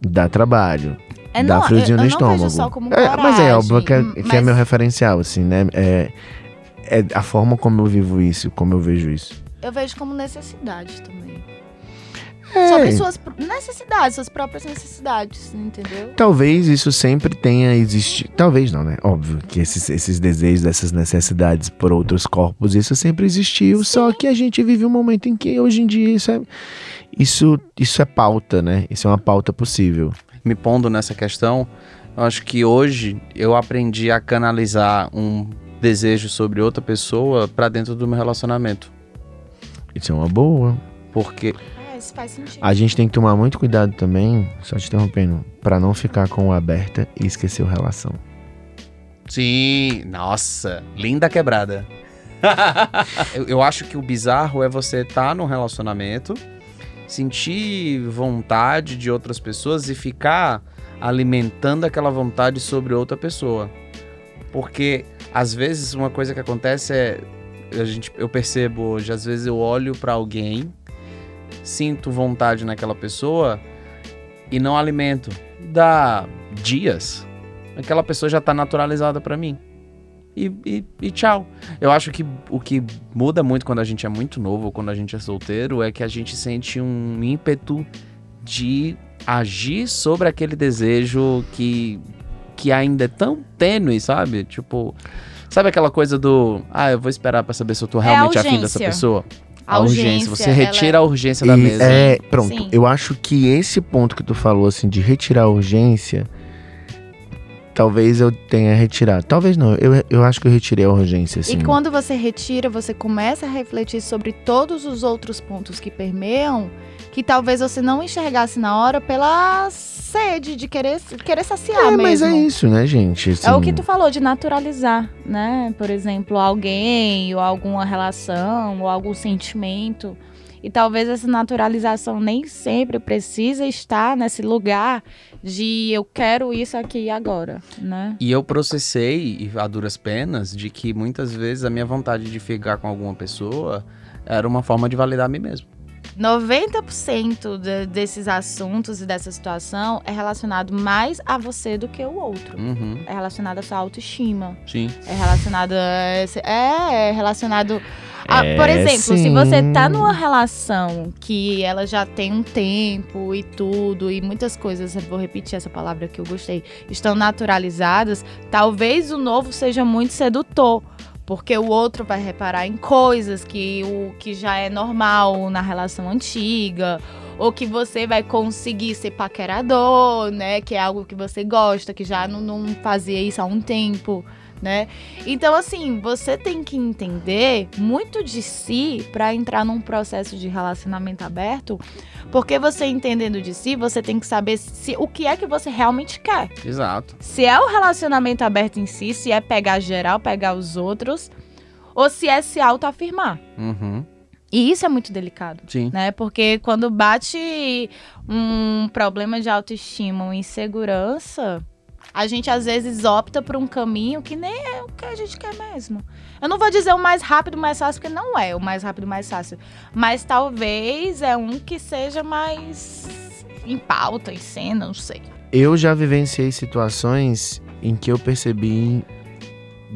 Speaker 3: dá trabalho.
Speaker 2: É,
Speaker 3: Dá
Speaker 2: não,
Speaker 3: friozinho
Speaker 2: eu,
Speaker 3: no
Speaker 2: eu
Speaker 3: estômago.
Speaker 2: Não vejo só como um
Speaker 3: É,
Speaker 2: coragem,
Speaker 3: mas é óbvio que é, que é
Speaker 2: mas-
Speaker 3: meu referencial, assim, né? É, é a forma como eu vivo isso, como eu vejo isso.
Speaker 2: Eu vejo como necessidade também.
Speaker 3: É.
Speaker 4: sobre suas pr- necessidades, suas próprias necessidades, entendeu?
Speaker 3: Talvez isso sempre tenha existido. Talvez não, né? Óbvio que esses, esses desejos, essas necessidades por outros corpos, isso sempre existiu. Só que a gente vive um momento em que hoje em dia isso é. Isso, isso é pauta, né? Isso é uma pauta possível.
Speaker 5: me pondo nessa questão, eu acho que hoje eu aprendi a canalizar um desejo sobre outra pessoa pra dentro do meu relacionamento.
Speaker 3: Isso é uma boa.
Speaker 5: Porque
Speaker 4: É, isso faz sentido.
Speaker 3: A gente tem que tomar muito cuidado também, só te interrompendo, pra não ficar com o aberta e esquecer o relação.
Speaker 5: Sim, nossa, linda quebrada. eu, eu acho que o bizarro é você estar tá num relacionamento, sentir vontade de outras pessoas e ficar alimentando aquela vontade sobre outra pessoa. Porque às vezes uma coisa que acontece é a gente, eu percebo hoje, às vezes eu olho pra alguém, sinto vontade naquela pessoa e não alimento. Dá dias, aquela pessoa já tá naturalizada pra mim. E, e- e tchau. Eu acho que o que muda muito quando a gente é muito novo ou quando a gente é solteiro é que a gente sente um ímpeto de agir sobre aquele desejo que, que ainda é tão tênue, sabe? Tipo, sabe aquela coisa do, ah, eu vou esperar pra saber se eu tô realmente afim dessa
Speaker 2: urgência.
Speaker 5: pessoa?
Speaker 2: A urgência,
Speaker 5: Você
Speaker 2: ela-
Speaker 5: retira a urgência da
Speaker 3: E,
Speaker 5: mesa.
Speaker 3: É, pronto.
Speaker 2: Sim.
Speaker 3: Eu acho que esse ponto que tu falou, assim, de retirar a urgência, talvez eu tenha retirado. Talvez não. Eu, eu acho que eu retirei a urgência, assim.
Speaker 4: E quando você retira, você começa a refletir sobre todos os outros pontos que permeiam, que talvez você não enxergasse na hora pela sede de querer, querer saciar
Speaker 3: É,
Speaker 4: mesmo.
Speaker 3: mas é isso, né, gente?
Speaker 2: É o que
Speaker 3: Assim,
Speaker 2: tu falou, de naturalizar, né? Por exemplo, alguém, ou alguma relação, ou algum sentimento. E talvez essa naturalização nem sempre precisa estar nesse lugar de eu quero isso aqui e agora, né?
Speaker 5: E eu processei, e a duras penas, de que muitas vezes a minha vontade de ficar com alguma pessoa era uma forma de validar a mim mesmo.
Speaker 2: 90% de- desses assuntos e dessa situação é relacionado mais a você do que o outro.
Speaker 5: Uhum,
Speaker 2: É relacionado à sua autoestima.
Speaker 5: sim.
Speaker 2: É relacionado a esse- É, é relacionado. a-
Speaker 3: É,
Speaker 2: por exemplo, se
Speaker 3: sim.
Speaker 2: você tá numa relação que ela já tem um tempo e tudo, e muitas coisas, eu vou repetir essa palavra que eu gostei, estão naturalizadas, talvez o novo seja muito sedutor. Porque o outro vai reparar em coisas que o que já é normal na relação antiga, ou que você vai conseguir ser paquerador, né? Que é algo que você gosta, que já não, não fazia isso há um tempo, né? Então, assim, você tem que entender muito de si para entrar num processo de relacionamento aberto, porque você entendendo de si, você tem que saber se, o que é que você realmente quer.
Speaker 5: Exato.
Speaker 2: Se é o relacionamento aberto em si, se é pegar geral, pegar os outros, ou se é se autoafirmar.
Speaker 5: Uhum,
Speaker 2: E isso é muito delicado
Speaker 5: sim.
Speaker 2: né? Porque quando bate um problema de autoestima, uma insegurança, a gente às vezes opta por um caminho que nem é o que a gente quer mesmo. Eu não vou dizer o mais rápido, o mais fácil, porque não é o mais rápido, o mais fácil. Mas talvez é um que seja mais em pauta, em cena, não sei.
Speaker 3: Eu já vivenciei situações em que eu percebi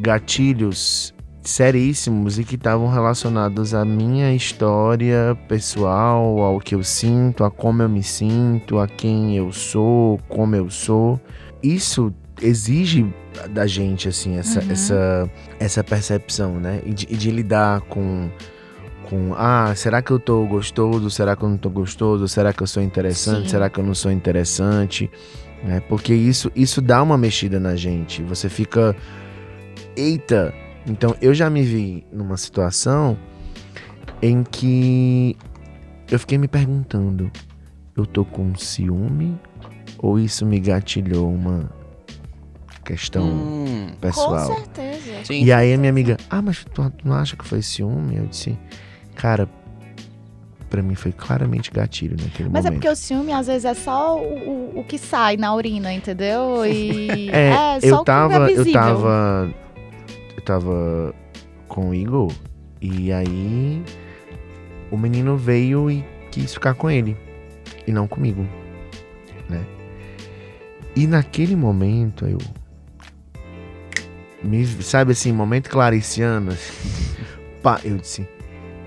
Speaker 3: gatilhos seríssimos e que estavam relacionados à minha história pessoal, ao que eu sinto, a como eu me sinto, a quem eu sou, como eu sou. Isso exige da gente assim essa
Speaker 2: Uhum.
Speaker 3: essa, essa percepção, né? E de, e de lidar com com ah, será que eu tô gostoso? Será que eu não tô gostoso? Será que eu sou interessante?
Speaker 2: Sim.
Speaker 3: Será que eu não sou interessante? né? Porque isso, isso dá uma mexida na gente. Você fica. Eita! Então eu já me vi numa situação em que eu fiquei me perguntando: eu tô com ciúme ou isso me gatilhou uma questão
Speaker 5: Hum,
Speaker 3: pessoal? Um
Speaker 4: Com certeza.
Speaker 5: sim.
Speaker 3: Então, E aí a minha amiga, ah, mas tu não acha que foi ciúme? Eu disse, cara, pra mim foi claramente gatilho naquele
Speaker 4: Mas é
Speaker 3: momento.
Speaker 4: porque o ciúme, às vezes, é só o, o, o que sai na urina, entendeu? E
Speaker 3: É,
Speaker 4: só
Speaker 3: eu
Speaker 4: o
Speaker 3: tava,
Speaker 4: que é
Speaker 3: eu
Speaker 4: visível.
Speaker 3: tava. Eu tava com o Igor. E aí o menino veio e quis ficar com ele. E não comigo. Né? E naquele momento eu. me- sabe assim, momento clariciano. assim, pá, eu disse,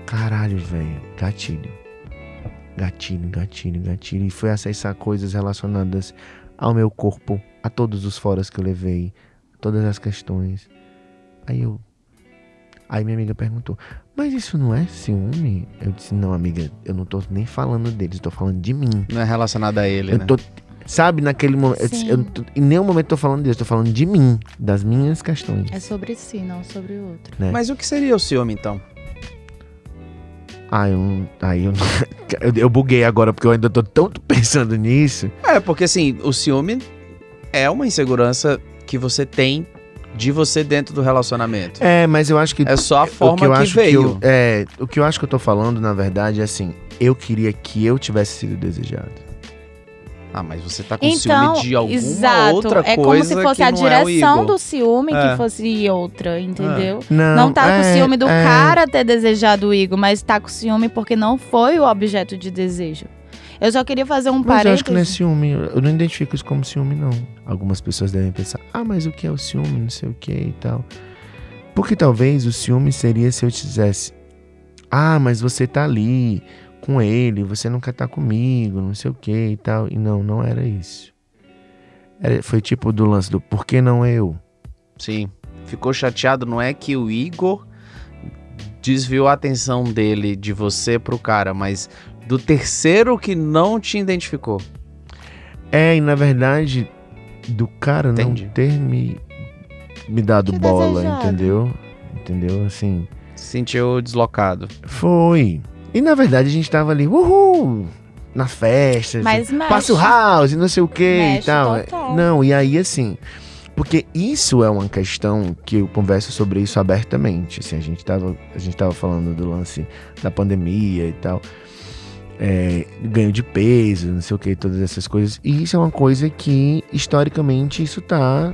Speaker 3: caralho, velho, gatilho. gatilho, gatilho, gatilho. E foi acessar coisas relacionadas ao meu corpo, a todos os foras que eu levei, todas as questões. Aí eu. Aí minha amiga perguntou, mas isso não é ciúme? Eu disse, não, amiga, eu não tô nem falando deles, eu tô falando de mim.
Speaker 5: Não é relacionado a ele,
Speaker 3: eu
Speaker 5: né?
Speaker 3: tô. Sabe, naquele momento. eu disse,
Speaker 2: Sim.
Speaker 3: Eu não tô- em nenhum momento eu tô falando deles, eu tô falando de mim, das minhas questões.
Speaker 2: É sobre si, não sobre o outro.
Speaker 5: Mas o que seria o ciúme, então?
Speaker 3: Ah, eu não. Aí eu, não- eu, eu buguei agora, porque eu ainda tô tanto pensando nisso.
Speaker 5: É, porque assim, o ciúme é uma insegurança que você tem de você dentro do relacionamento.
Speaker 3: É, mas eu acho que.
Speaker 5: É só a
Speaker 3: o
Speaker 5: forma
Speaker 3: que
Speaker 5: que,
Speaker 3: eu acho que
Speaker 5: veio.
Speaker 3: eu, é, o que eu acho que eu tô falando, na verdade, é assim, eu queria que eu tivesse sido desejado.
Speaker 5: Ah, mas você tá com
Speaker 2: Então,
Speaker 5: ciúme de alguma
Speaker 2: exato.
Speaker 5: outra
Speaker 2: é
Speaker 5: coisa
Speaker 2: como se fosse
Speaker 5: que
Speaker 2: a
Speaker 5: não é o
Speaker 2: direção
Speaker 5: Igor.
Speaker 2: do ciúme
Speaker 5: É.
Speaker 2: que fosse outra, entendeu?
Speaker 3: Não,
Speaker 2: Não tá com
Speaker 3: é,
Speaker 2: ciúme do
Speaker 3: é,
Speaker 2: cara ter desejado o Igor, mas tá com ciúme porque não foi o objeto de desejo. Eu só queria fazer um
Speaker 3: Mas eu acho que não é
Speaker 2: parênteses.
Speaker 3: ciúme, eu eu não identifico isso como ciúme, não. Algumas pessoas devem pensar, ah, mas o que é o ciúme, não sei o que e tal. Porque talvez o ciúme seria se eu dissesse, ah, mas você tá ali com ele, você não quer estar comigo, não sei o que e tal. E não, não era isso. Era- foi tipo do lance do por que não eu?
Speaker 5: Sim. Ficou chateado, não é que o Igor desviou a atenção dele de você pro cara, mas do terceiro que não te identificou.
Speaker 3: É, e na verdade, do cara
Speaker 5: Entendi.
Speaker 3: não ter me, me dado
Speaker 2: Te
Speaker 3: bola,
Speaker 2: desejado.
Speaker 3: entendeu? Entendeu? Assim,
Speaker 5: Se sentiu deslocado.
Speaker 3: foi. E na verdade a gente tava ali, uhul, na festa,
Speaker 2: Mas mexe.
Speaker 3: passa o house, não sei o que e
Speaker 2: Mexe
Speaker 3: tal.
Speaker 2: total.
Speaker 3: Não, e aí assim, porque isso é uma questão que eu converso sobre isso abertamente. Assim, a gente tava, a gente tava falando do lance da pandemia e tal. É, ganho de peso, não sei o que, todas essas coisas. E isso é uma coisa que, historicamente, isso tá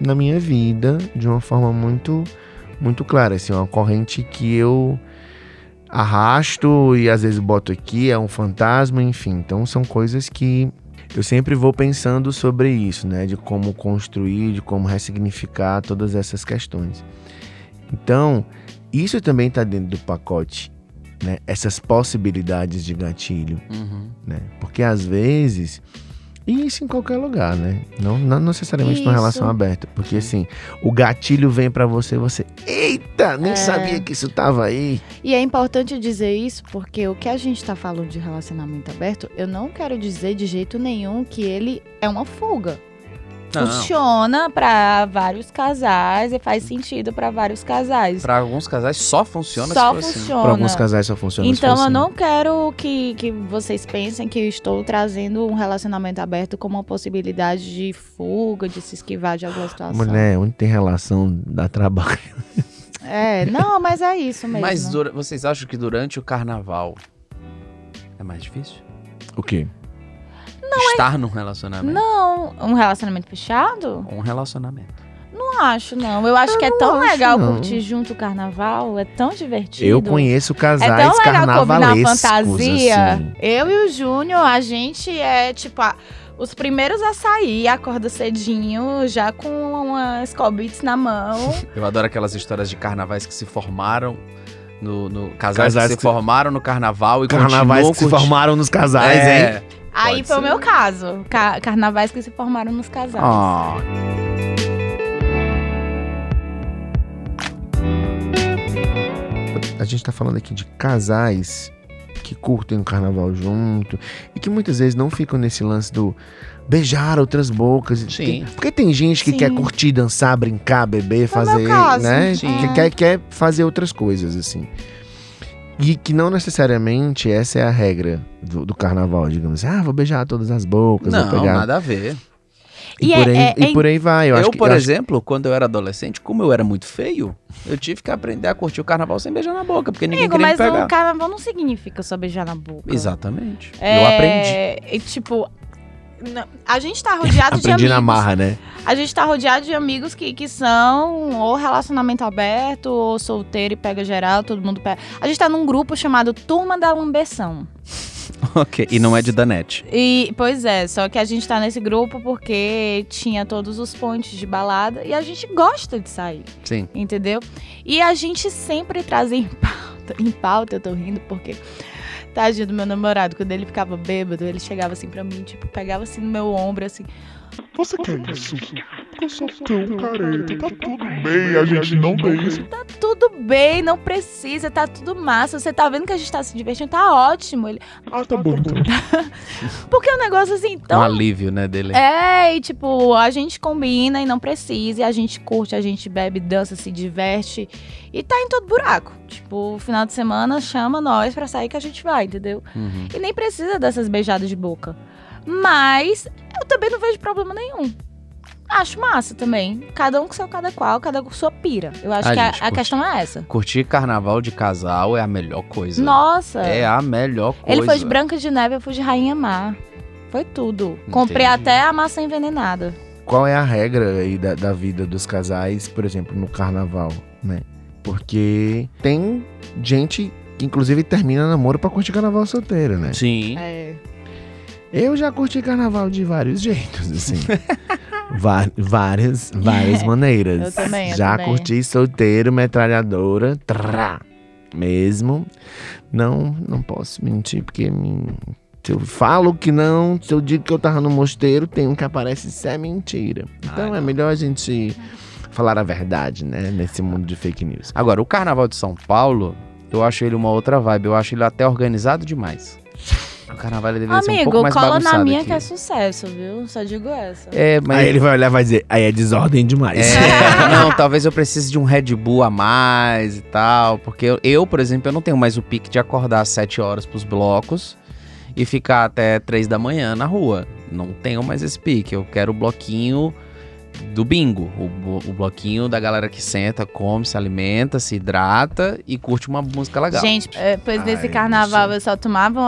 Speaker 3: na minha vida de uma forma muito, muito clara. Assim, é uma corrente que eu arrasto e às vezes boto aqui, é um fantasma, enfim. Então são coisas que eu sempre vou pensando sobre isso, né? De como construir, de como ressignificar todas essas questões. Então, isso também está dentro do pacote, né? Essas possibilidades de gatilho,
Speaker 5: Uhum.
Speaker 3: né? Porque às vezes, e isso em qualquer lugar, né? Não, não necessariamente numa
Speaker 2: Isso.
Speaker 3: relação aberta, porque assim, o gatilho vem pra você, você, eita, nem
Speaker 2: É.
Speaker 3: sabia que isso tava aí.
Speaker 2: E é importante dizer isso porque o que a gente tá falando de relacionamento aberto, eu não quero dizer de jeito nenhum que ele é uma fuga.
Speaker 5: Não,
Speaker 2: Funciona pra vários casais e faz sentido pra vários casais.
Speaker 5: Pra alguns casais só funciona
Speaker 2: Só
Speaker 5: se for assim.
Speaker 2: funciona.
Speaker 3: Pra alguns casais só funciona. se for
Speaker 2: Então eu
Speaker 3: assim.
Speaker 2: não quero que, que vocês pensem que eu estou trazendo um relacionamento aberto como uma possibilidade de fuga, de se esquivar de alguma situação.
Speaker 3: Mulher, onde tem relação dá trabalho.
Speaker 2: É, não, mas é isso mesmo.
Speaker 5: Mas dura- vocês acham que durante o carnaval é mais difícil?
Speaker 3: O quê?
Speaker 5: Estar num relacionamento?
Speaker 2: é. Não, um relacionamento fechado?
Speaker 5: Um relacionamento.
Speaker 2: Não acho, não. Eu acho que é tão
Speaker 3: acho,
Speaker 2: legal
Speaker 3: não.
Speaker 2: curtir junto o carnaval, é tão divertido.
Speaker 3: Eu conheço
Speaker 2: É
Speaker 3: casais
Speaker 2: tão legal combinar a
Speaker 3: carnavalescos,
Speaker 2: fantasia.
Speaker 3: assim.
Speaker 2: Eu e o Júnior, a gente é tipo a- os primeiros a sair, acorda cedinho, já com uma Skull Beats na mão.
Speaker 5: Eu adoro aquelas histórias de carnavais que se formaram no. no- casais
Speaker 3: Casais
Speaker 5: que se
Speaker 3: que se-
Speaker 5: formaram no carnaval e
Speaker 3: Carnavais
Speaker 5: continuam
Speaker 3: que se
Speaker 5: curtindo.
Speaker 3: formaram nos casais, hein?
Speaker 5: é.
Speaker 2: Aí
Speaker 5: Pode
Speaker 2: foi o
Speaker 5: ser.
Speaker 2: meu caso. Ca- carnavais que se formaram nos casais.
Speaker 5: Ah,
Speaker 3: A gente tá falando aqui de casais que curtem o carnaval junto e que muitas vezes não ficam nesse lance do beijar outras bocas.
Speaker 5: Sim.
Speaker 3: Tem- porque tem gente que
Speaker 2: Sim. é
Speaker 3: quer curtir, dançar, brincar, beber, fazer,
Speaker 2: caso,
Speaker 3: né?
Speaker 5: sim.
Speaker 3: Que quer, quer fazer outras coisas, assim. E que não necessariamente essa é a regra do, do carnaval, digamos assim. Ah, vou beijar todas as bocas,
Speaker 5: não,
Speaker 3: vou pegar.
Speaker 5: nada a ver.
Speaker 3: E,
Speaker 2: E
Speaker 3: por
Speaker 2: é-
Speaker 3: aí,
Speaker 2: é-
Speaker 3: e
Speaker 2: é-
Speaker 3: por aí vai. Eu,
Speaker 5: Eu,
Speaker 3: acho que,
Speaker 5: por
Speaker 3: eu acho
Speaker 5: exemplo, quando eu era adolescente, como eu era muito feio, eu tive que aprender a curtir o carnaval sem beijar na boca, porque ninguém
Speaker 2: Amigo,
Speaker 5: queria
Speaker 2: mas
Speaker 5: me pegar.
Speaker 2: o carnaval não significa só beijar na boca.
Speaker 5: Exatamente.
Speaker 2: É,
Speaker 5: Eu aprendi.
Speaker 2: E, tipo, não- a gente tá rodeado de
Speaker 3: Aprendi
Speaker 2: amigos.
Speaker 3: na marra, né?
Speaker 2: A gente tá rodeado de amigos que, que são ou relacionamento aberto, ou solteiro e pega geral, todo mundo pega. A gente tá num grupo chamado Turma da Lambeção.
Speaker 5: ok. E não é de Danete.
Speaker 2: E, pois é, só que a gente tá nesse grupo porque tinha todos os pontes de balada e a gente gosta de sair.
Speaker 5: Sim.
Speaker 2: entendeu? E a gente sempre traz em pauta, em pauta eu tô rindo porque Tadinho do meu namorado, quando ele ficava bêbado, ele chegava assim pra mim, tipo, pegava assim no meu ombro, assim.
Speaker 8: Você quer isso? Eu sou tão careta, tá tudo bem, a gente tá não tem isso.
Speaker 2: Tudo bem, não precisa, tá tudo massa. Você tá vendo que a gente tá se divertindo, tá ótimo. Ele,
Speaker 8: Ah, tá bom então.
Speaker 2: Porque é um negócio assim tão
Speaker 5: Um alívio, né, dele.
Speaker 2: É, e tipo, a gente combina e não precisa, e a gente curte, a gente bebe, dança, se diverte e tá em todo buraco. Tipo, final de semana chama nós pra sair que a gente vai, entendeu?
Speaker 5: Uhum.
Speaker 2: E nem precisa dessas beijadas de boca. Mas eu também não vejo problema nenhum. Acho massa também. Cada um com seu cada qual, cada um com sua pira. Eu acho
Speaker 5: A
Speaker 2: que a,
Speaker 5: gente
Speaker 2: a
Speaker 5: curte.
Speaker 2: questão é essa.
Speaker 5: Curtir carnaval de casal é a melhor coisa.
Speaker 2: Nossa!
Speaker 5: É a melhor coisa.
Speaker 2: ele foi de Branca de Neve, eu fui de Rainha Mar. Foi tudo. Comprei
Speaker 5: Entendi.
Speaker 2: até a maçã envenenada.
Speaker 3: qual é a regra aí da, da vida dos casais, por exemplo, no carnaval, né? Porque tem gente que, inclusive, termina namoro pra curtir carnaval solteiro, né?
Speaker 5: Sim.
Speaker 2: É.
Speaker 3: Eu já curti carnaval de vários jeitos, assim. Va- várias, várias maneiras.
Speaker 2: eu também, eu
Speaker 3: já
Speaker 2: também.
Speaker 3: curti solteiro, metralhadora, trá, mesmo. Não, não posso mentir, porque me- se eu falo que não, se eu digo que eu tava no mosteiro, tem um que aparece isso é mentira. Então
Speaker 5: Ah,
Speaker 3: é
Speaker 5: não.
Speaker 3: melhor a gente falar a verdade, né? Nesse mundo de fake news.
Speaker 5: Agora, o carnaval de São Paulo, eu acho ele uma outra vibe. Eu acho ele até organizado demais. O carnaval ele deveria ser um
Speaker 2: Amigo,
Speaker 5: pouco mais
Speaker 2: cola na
Speaker 5: bagunçado
Speaker 2: minha
Speaker 5: aqui.
Speaker 2: que é sucesso, viu? Só digo essa.
Speaker 5: É, mas
Speaker 3: Aí ele vai olhar e vai dizer, aí é desordem demais.
Speaker 5: É, não, talvez eu precise de um Red Bull a mais e tal. Porque eu, eu, por exemplo, eu não tenho mais o pique de acordar às 7 horas pros blocos e ficar até 3 da manhã na rua. Não tenho mais esse pique. Eu quero o bloquinho do bingo. O, bo- o bloquinho da galera que senta, come, se alimenta, se hidrata e curte uma música legal.
Speaker 2: Gente, é, pois
Speaker 3: Ai,
Speaker 2: nesse
Speaker 3: não
Speaker 2: carnaval eu só tomava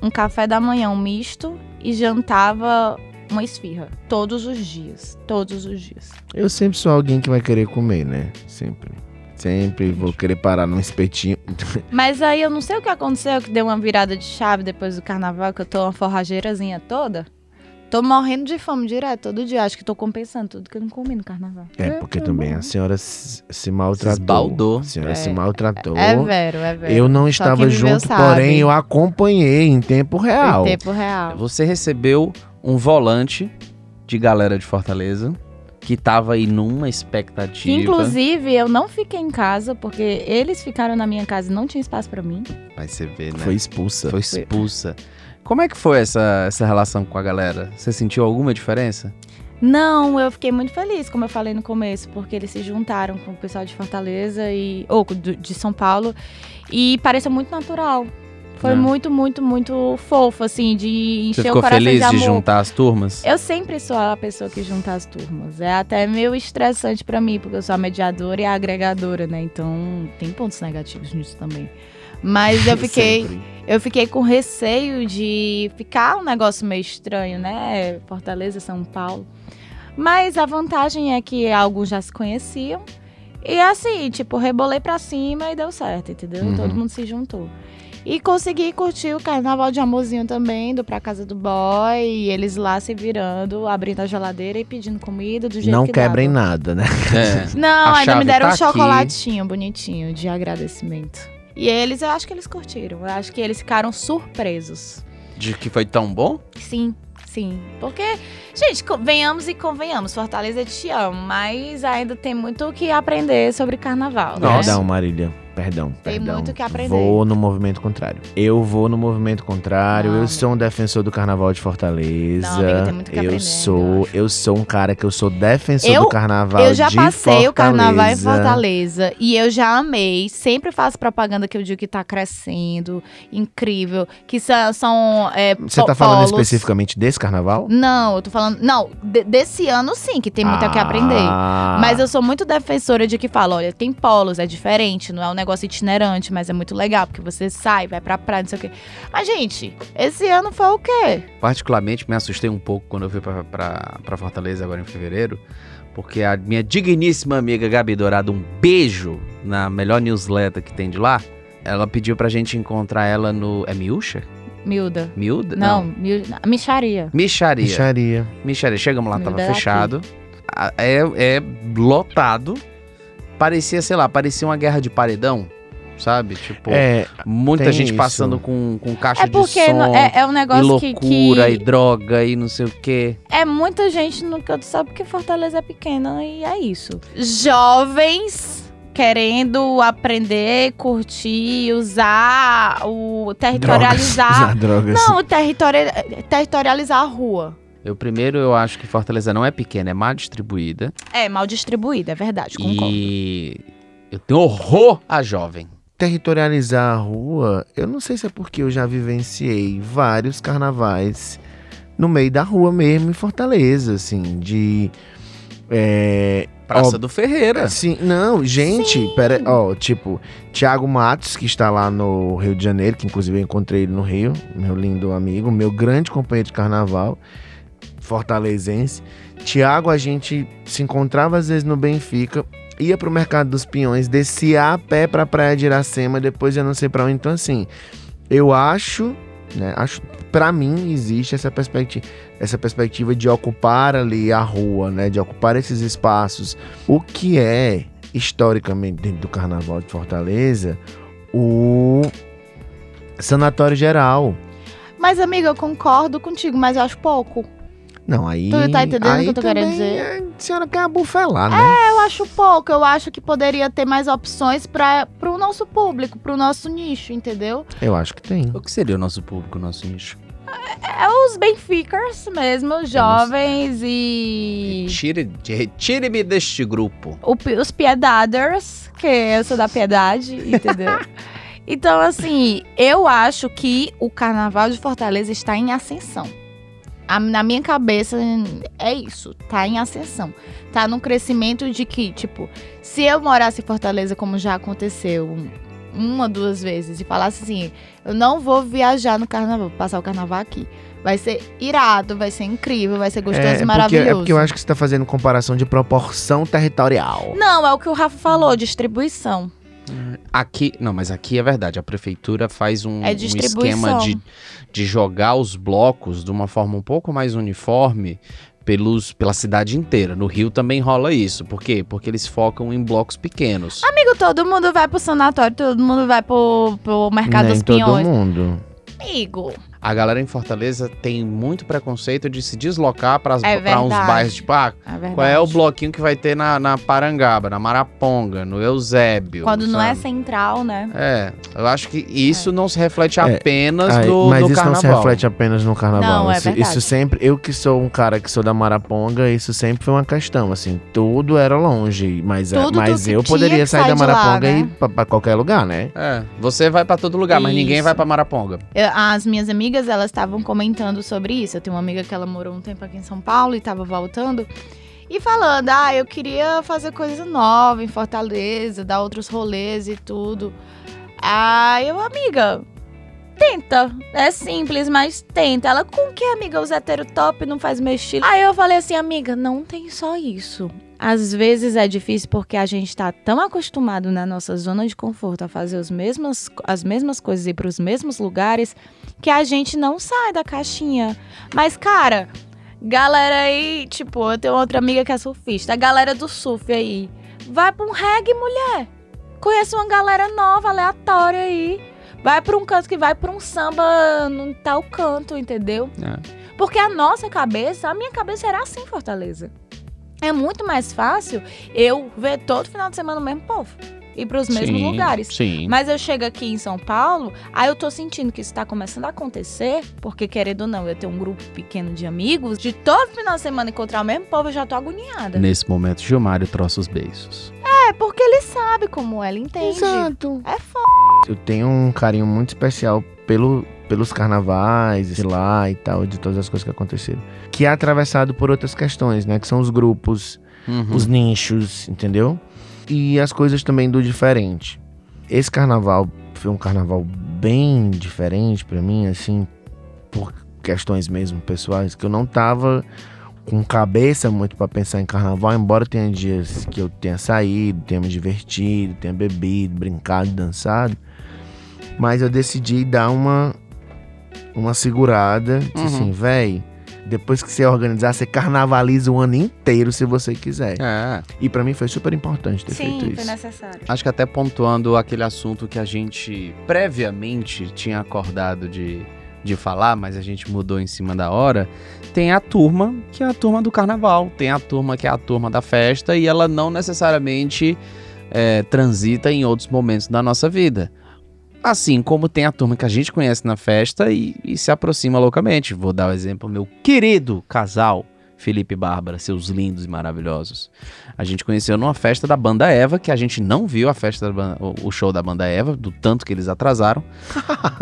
Speaker 2: um, um café da manhã, um misto, e jantava uma esfirra. Todos os dias. Todos os dias.
Speaker 3: Eu sempre sou alguém que vai querer comer, né? Sempre. Sempre vou querer parar num espetinho.
Speaker 2: Mas aí eu não sei o que aconteceu, que deu uma virada de chave depois do carnaval, que eu tô uma forrageirazinha toda. Tô morrendo de fome direto, todo dia. Acho que tô compensando tudo que eu não comi no carnaval.
Speaker 3: É,
Speaker 2: tá
Speaker 3: porque também a senhora se se maltratou.
Speaker 5: Se esbaldou.
Speaker 3: A senhora
Speaker 2: É.
Speaker 3: se maltratou.
Speaker 2: É vero, é vero.
Speaker 3: eu não
Speaker 2: Só
Speaker 3: estava
Speaker 2: quem viveu
Speaker 3: junto,
Speaker 2: sabe.
Speaker 3: porém eu acompanhei em tempo real.
Speaker 2: Em tempo real.
Speaker 5: Você recebeu um volante de galera de Fortaleza que tava aí numa expectativa.
Speaker 2: Inclusive, eu não fiquei em casa, porque eles ficaram na minha casa e não tinha espaço pra mim.
Speaker 5: Vai você ver, né?
Speaker 3: Foi expulsa.
Speaker 5: Foi expulsa. Como é que foi essa, essa relação com a galera? Você sentiu alguma diferença?
Speaker 2: Não, eu fiquei muito feliz, como eu falei no começo, porque eles se juntaram com o pessoal de Fortaleza e. ou do- de São Paulo. E pareceu muito natural. Foi
Speaker 5: Ah.
Speaker 2: muito, muito, muito fofo, assim, de encher
Speaker 5: Você
Speaker 2: o
Speaker 5: ficou
Speaker 2: coração
Speaker 5: feliz
Speaker 2: de
Speaker 5: de,
Speaker 2: amor.
Speaker 5: juntar as turmas?
Speaker 2: Eu sempre sou a pessoa que junta as turmas. É até meio estressante pra mim, porque eu sou a mediadora e a agregadora, né? Então tem pontos negativos nisso também. Mas eu fiquei. Eu fiquei com receio de ficar um negócio meio estranho, né? Fortaleza, São Paulo. Mas a vantagem é que alguns já se conheciam. E assim, tipo, rebolei pra cima e deu certo, entendeu?
Speaker 5: Uhum.
Speaker 2: Todo mundo se juntou. E consegui curtir o carnaval de amorzinho também, indo pra casa do boy, e eles lá se virando, abrindo a geladeira e pedindo comida do jeito
Speaker 3: Não
Speaker 2: que
Speaker 3: quebrem
Speaker 2: dava.
Speaker 3: nada, né?
Speaker 5: É.
Speaker 2: Não,
Speaker 5: A
Speaker 2: ainda
Speaker 5: chave
Speaker 2: me deram
Speaker 5: tá
Speaker 2: um
Speaker 5: aqui.
Speaker 2: chocolatinho bonitinho de agradecimento. E eles, eu acho que eles curtiram. Eu acho que eles ficaram surpresos.
Speaker 5: É. De que foi tão bom?
Speaker 2: Sim, sim. Porque, gente, co- venhamos e convenhamos. Fortaleza te amo, mas ainda tem muito o que aprender sobre carnaval.
Speaker 5: Nossa.
Speaker 2: Né?
Speaker 3: Perdão, Marília. Perdão,
Speaker 2: Tem
Speaker 3: perdão.
Speaker 2: muito o que aprender.
Speaker 3: Vou no movimento contrário. Eu vou no movimento contrário.
Speaker 2: Ah,
Speaker 3: eu
Speaker 2: amigo.
Speaker 3: sou um defensor do carnaval de Fortaleza.
Speaker 2: Não, amigo, tem muito o que
Speaker 3: eu
Speaker 2: aprender, eu
Speaker 3: sou,
Speaker 2: acho.
Speaker 3: eu sou um cara que eu sou defensor
Speaker 2: Eu-
Speaker 3: do carnaval
Speaker 2: Eu já
Speaker 3: de
Speaker 2: passei o carnaval em
Speaker 3: Fortaleza.
Speaker 2: Fortaleza e eu já amei. Sempre faço propaganda que eu digo que tá crescendo, incrível, que sa- são. é,
Speaker 3: Você
Speaker 2: po-
Speaker 3: tá falando
Speaker 2: polos.
Speaker 3: especificamente desse carnaval?
Speaker 2: Não, eu tô falando. Não, de- desse ano sim, que tem muito
Speaker 3: Ah.
Speaker 5: Ah.
Speaker 2: o que aprender. Mas eu sou muito defensora de que fala, olha, tem polos, é diferente, não é um negócio itinerante, mas é muito legal, porque você sai, vai pra praia, não sei o quê. Mas, gente, esse ano foi o quê?
Speaker 5: Particularmente me assustei um pouco quando eu fui pra, pra, pra Fortaleza agora em fevereiro, porque a minha digníssima amiga Gabi Dourado, um beijo na melhor newsletter que tem de lá, ela pediu pra gente encontrar ela no... É Miúcha?
Speaker 2: Miúda.
Speaker 5: Miúda?
Speaker 2: Não, miú- micharia.
Speaker 5: Micharia.
Speaker 3: Fecharia.
Speaker 5: Michele, chegamos lá,
Speaker 2: Me
Speaker 5: tava
Speaker 2: dá
Speaker 5: fechado. A- É, é lotado. Parecia, sei lá, parecia uma guerra de paredão. sabe? Tipo,
Speaker 3: É,
Speaker 5: muita
Speaker 3: tem
Speaker 5: gente
Speaker 3: isso.
Speaker 5: passando com, com caixa
Speaker 2: É
Speaker 5: de
Speaker 2: porque
Speaker 5: som.
Speaker 2: não- é, é um
Speaker 5: E
Speaker 2: negócio que,
Speaker 5: loucura, e
Speaker 2: que
Speaker 5: droga, e não sei o quê.
Speaker 2: é muita gente no canto sabe que Fortaleza é pequena e é isso. Jovens querendo aprender, curtir, usar, o
Speaker 3: drogas,
Speaker 2: territorializar.
Speaker 3: usar drogas.
Speaker 4: Não, territori- territorializar a rua.
Speaker 5: Eu primeiro eu acho que Fortaleza não é pequena, é má distribuída.
Speaker 2: É mal distribuída, é verdade, concordo.
Speaker 5: E eu tenho horror a jovem.
Speaker 3: territorializar a rua, eu não sei se é porque eu já vivenciei vários carnavais no meio da rua mesmo, em Fortaleza, assim, de. É,
Speaker 5: Praça
Speaker 3: Ó,
Speaker 5: do Ferreira.
Speaker 3: assim, não, gente, pera, ó, tipo, Thiago Matos, que está lá no Rio de Janeiro, que inclusive eu encontrei ele no Rio, meu lindo amigo, meu grande companheiro de carnaval, fortalezense. Tiago, a gente se encontrava às vezes no Benfica, ia pro Mercado dos Peões, descia a pé pra Praia de Iracema, depois eu não sei pra onde. Então, assim, eu acho, né, acho, pra mim existe essa perspectiva, essa perspectiva de ocupar ali a rua, né, de ocupar esses espaços. O que é, historicamente, dentro do Carnaval de Fortaleza, o Sanatório Geral.
Speaker 4: Mas, amiga, eu concordo contigo, mas eu acho pouco.
Speaker 3: Não, aí.
Speaker 4: Tu tá entendendo o
Speaker 3: aí
Speaker 4: que eu tô querendo
Speaker 3: também
Speaker 4: dizer?
Speaker 3: A senhora quer abufelar, né?
Speaker 4: Eu acho pouco, eu acho que poderia ter mais opções para pro nosso público, pro nosso nicho, entendeu?
Speaker 3: Eu acho que tem.
Speaker 5: O que seria o nosso público, o nosso nicho?
Speaker 2: É Os Benficers mesmo, jovens e.
Speaker 5: Retire- de- Retire-me deste grupo.
Speaker 2: o pi- os piedaders, que eu sou da piedade, entendeu? então, assim, eu acho que o carnaval de Fortaleza está em ascensão. A- na minha cabeça, é isso, tá em ascensão.
Speaker 4: Tá num crescimento de que, tipo, se eu morasse em Fortaleza, como já aconteceu um- uma, duas vezes, e falasse assim, eu não vou viajar no carnaval, passar o carnaval aqui. Vai ser irado, vai ser incrível, vai ser gostoso e
Speaker 3: porque,
Speaker 4: maravilhoso.
Speaker 3: é porque eu acho que você tá fazendo comparação de proporção territorial.
Speaker 2: Não, é o que o Rafa falou, distribuição.
Speaker 5: Aqui, não, mas aqui é verdade. A prefeitura faz um,
Speaker 2: É
Speaker 5: um esquema
Speaker 2: distribuição.
Speaker 5: de, de jogar os blocos de uma forma um pouco mais uniforme pelos, pela cidade inteira. No Rio também rola isso. Por quê? Porque eles focam em blocos pequenos.
Speaker 2: Amigo, todo mundo vai pro sanatório, todo mundo vai pro, pro mercado
Speaker 3: Nem
Speaker 2: dos
Speaker 3: né, todo
Speaker 2: pinhões.
Speaker 3: mundo.
Speaker 2: Amigo,
Speaker 5: A galera em Fortaleza tem muito preconceito de se deslocar para
Speaker 2: É
Speaker 5: uns
Speaker 2: verdade.
Speaker 5: bairros, tipo, ah,
Speaker 2: é verdade.
Speaker 5: qual é o bloquinho que vai ter na, na Parangaba, na Maraponga, no Eusébio?
Speaker 2: Quando não é
Speaker 5: sabe?
Speaker 2: central, né?
Speaker 5: É, eu acho que isso não se reflete apenas
Speaker 3: Ai,
Speaker 5: no,
Speaker 3: É, mas
Speaker 5: no
Speaker 3: isso
Speaker 5: carnaval.
Speaker 3: não se reflete apenas no carnaval.
Speaker 2: Não, é
Speaker 3: isso,
Speaker 2: verdade.
Speaker 3: isso sempre. Eu que sou um cara que sou da Maraponga, isso sempre foi uma questão. Assim, tudo era longe. Mas, é-
Speaker 4: Tudo
Speaker 3: mas
Speaker 4: tu
Speaker 3: eu
Speaker 4: tinha
Speaker 3: poderia
Speaker 4: que
Speaker 3: sair
Speaker 4: sair
Speaker 3: da
Speaker 4: de lá,
Speaker 3: Maraponga e
Speaker 4: né?
Speaker 3: ir pra, pra qualquer lugar, né?
Speaker 5: É, você vai pra todo lugar, mas ninguém
Speaker 2: Isso.
Speaker 5: vai pra Maraponga.
Speaker 4: Eu- as minhas amigas, elas estavam comentando sobre isso. Eu tenho uma amiga que ela morou um tempo aqui em São Paulo e estava voltando. E falando, ah, eu queria fazer coisa nova em Fortaleza, dar outros rolês e tudo.
Speaker 2: Ah, eu, amiga, tenta. É simples, mas tenta. Ela, com que, amiga? Os hétero top não faz meu estilo. Aí eu falei assim, amiga, não tem só isso. Às vezes é difícil porque a gente tá tão acostumado na nossa zona de conforto a fazer os mesmos, as mesmas coisas e ir pros mesmos lugares que a gente não sai da caixinha. Mas, cara, galera aí, tipo, eu tenho outra amiga que é surfista, a galera do surf aí. Vai pra um reggae, mulher. Conhece uma galera nova, aleatória aí. Vai pra um canto que vai pra um samba num tal canto, entendeu? Porque a nossa cabeça, a minha cabeça era assim, Fortaleza. É muito mais fácil eu ver todo final de semana o mesmo povo. Ir pros mesmos lugares.
Speaker 5: Sim.
Speaker 2: Mas eu chego aqui em São Paulo, aí eu tô sentindo que isso tá começando a acontecer, porque querendo ou não, eu tenho um grupo pequeno de amigos, de todo final de semana encontrar o mesmo povo, eu já tô agoniada.
Speaker 5: Nesse momento, Gilmário trouxe os beijos.
Speaker 4: É porque ele sabe como ela entende. É
Speaker 3: Eu tenho um carinho muito especial pelo, pelos carnavais, de lá e tal, de todas as coisas que aconteceram. Que é atravessado por outras questões, né? Que são os grupos,
Speaker 5: Uhum.
Speaker 3: os nichos, entendeu? E as coisas também do diferente. Esse carnaval foi um carnaval bem diferente pra mim, assim, por questões mesmo pessoais, que eu não tava com cabeça muito pra pensar em carnaval, embora tenha dias que eu tenha saído, tenha me divertido, tenha bebido, brincado, dançado. Mas eu decidi dar uma uma segurada, disse
Speaker 5: Uhum.
Speaker 3: assim, véi, Depois que você organizar, você carnavaliza o ano inteiro se você quiser.
Speaker 5: É.
Speaker 3: E pra mim foi super importante ter
Speaker 4: Sim,
Speaker 3: feito
Speaker 4: foi
Speaker 3: isso.
Speaker 4: necessário.
Speaker 5: Acho que até pontuando aquele assunto que a gente previamente tinha acordado de, de falar, mas a gente mudou em cima da hora, tem a turma que é a turma do carnaval, tem a turma que é a turma da festa e ela não necessariamente é, transita em outros momentos da nossa vida. Assim como tem a turma que a gente conhece na festa e, e se aproxima loucamente. Vou dar o exemplo, meu querido casal Felipe e Bárbara, seus lindos e maravilhosos. A gente conheceu numa festa da banda Eva, que a gente não viu a festa da ban- o- o show da banda Eva, do tanto que eles atrasaram.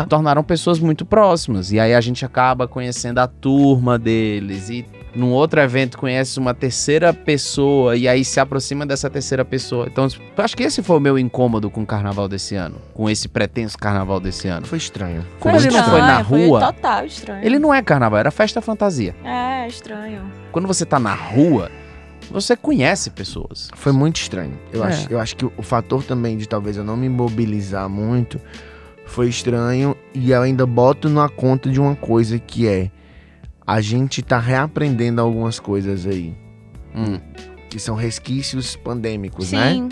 Speaker 5: tornaram pessoas muito próximas. E aí a gente acaba conhecendo a turma deles e num outro evento conhece uma terceira pessoa e aí se aproxima dessa terceira pessoa. Então, acho que esse foi o meu incômodo com o carnaval desse ano, com esse pretenso carnaval desse ano.
Speaker 3: Foi estranho.
Speaker 5: Como ele não foi
Speaker 4: estranho,
Speaker 2: né?
Speaker 5: na rua,
Speaker 4: Foi total estranho.
Speaker 5: Ele não é carnaval, era festa fantasia.
Speaker 4: É, estranho.
Speaker 5: Quando você tá na rua, você conhece pessoas.
Speaker 3: Foi muito estranho. Eu,
Speaker 5: É.
Speaker 3: acho, eu acho que o fator também de talvez eu não me mobilizar muito foi estranho. E eu ainda boto na conta de uma coisa que é: a gente tá reaprendendo algumas coisas aí.
Speaker 5: Hum.
Speaker 3: Que são resquícios pandêmicos, né?
Speaker 2: é?
Speaker 4: Sim.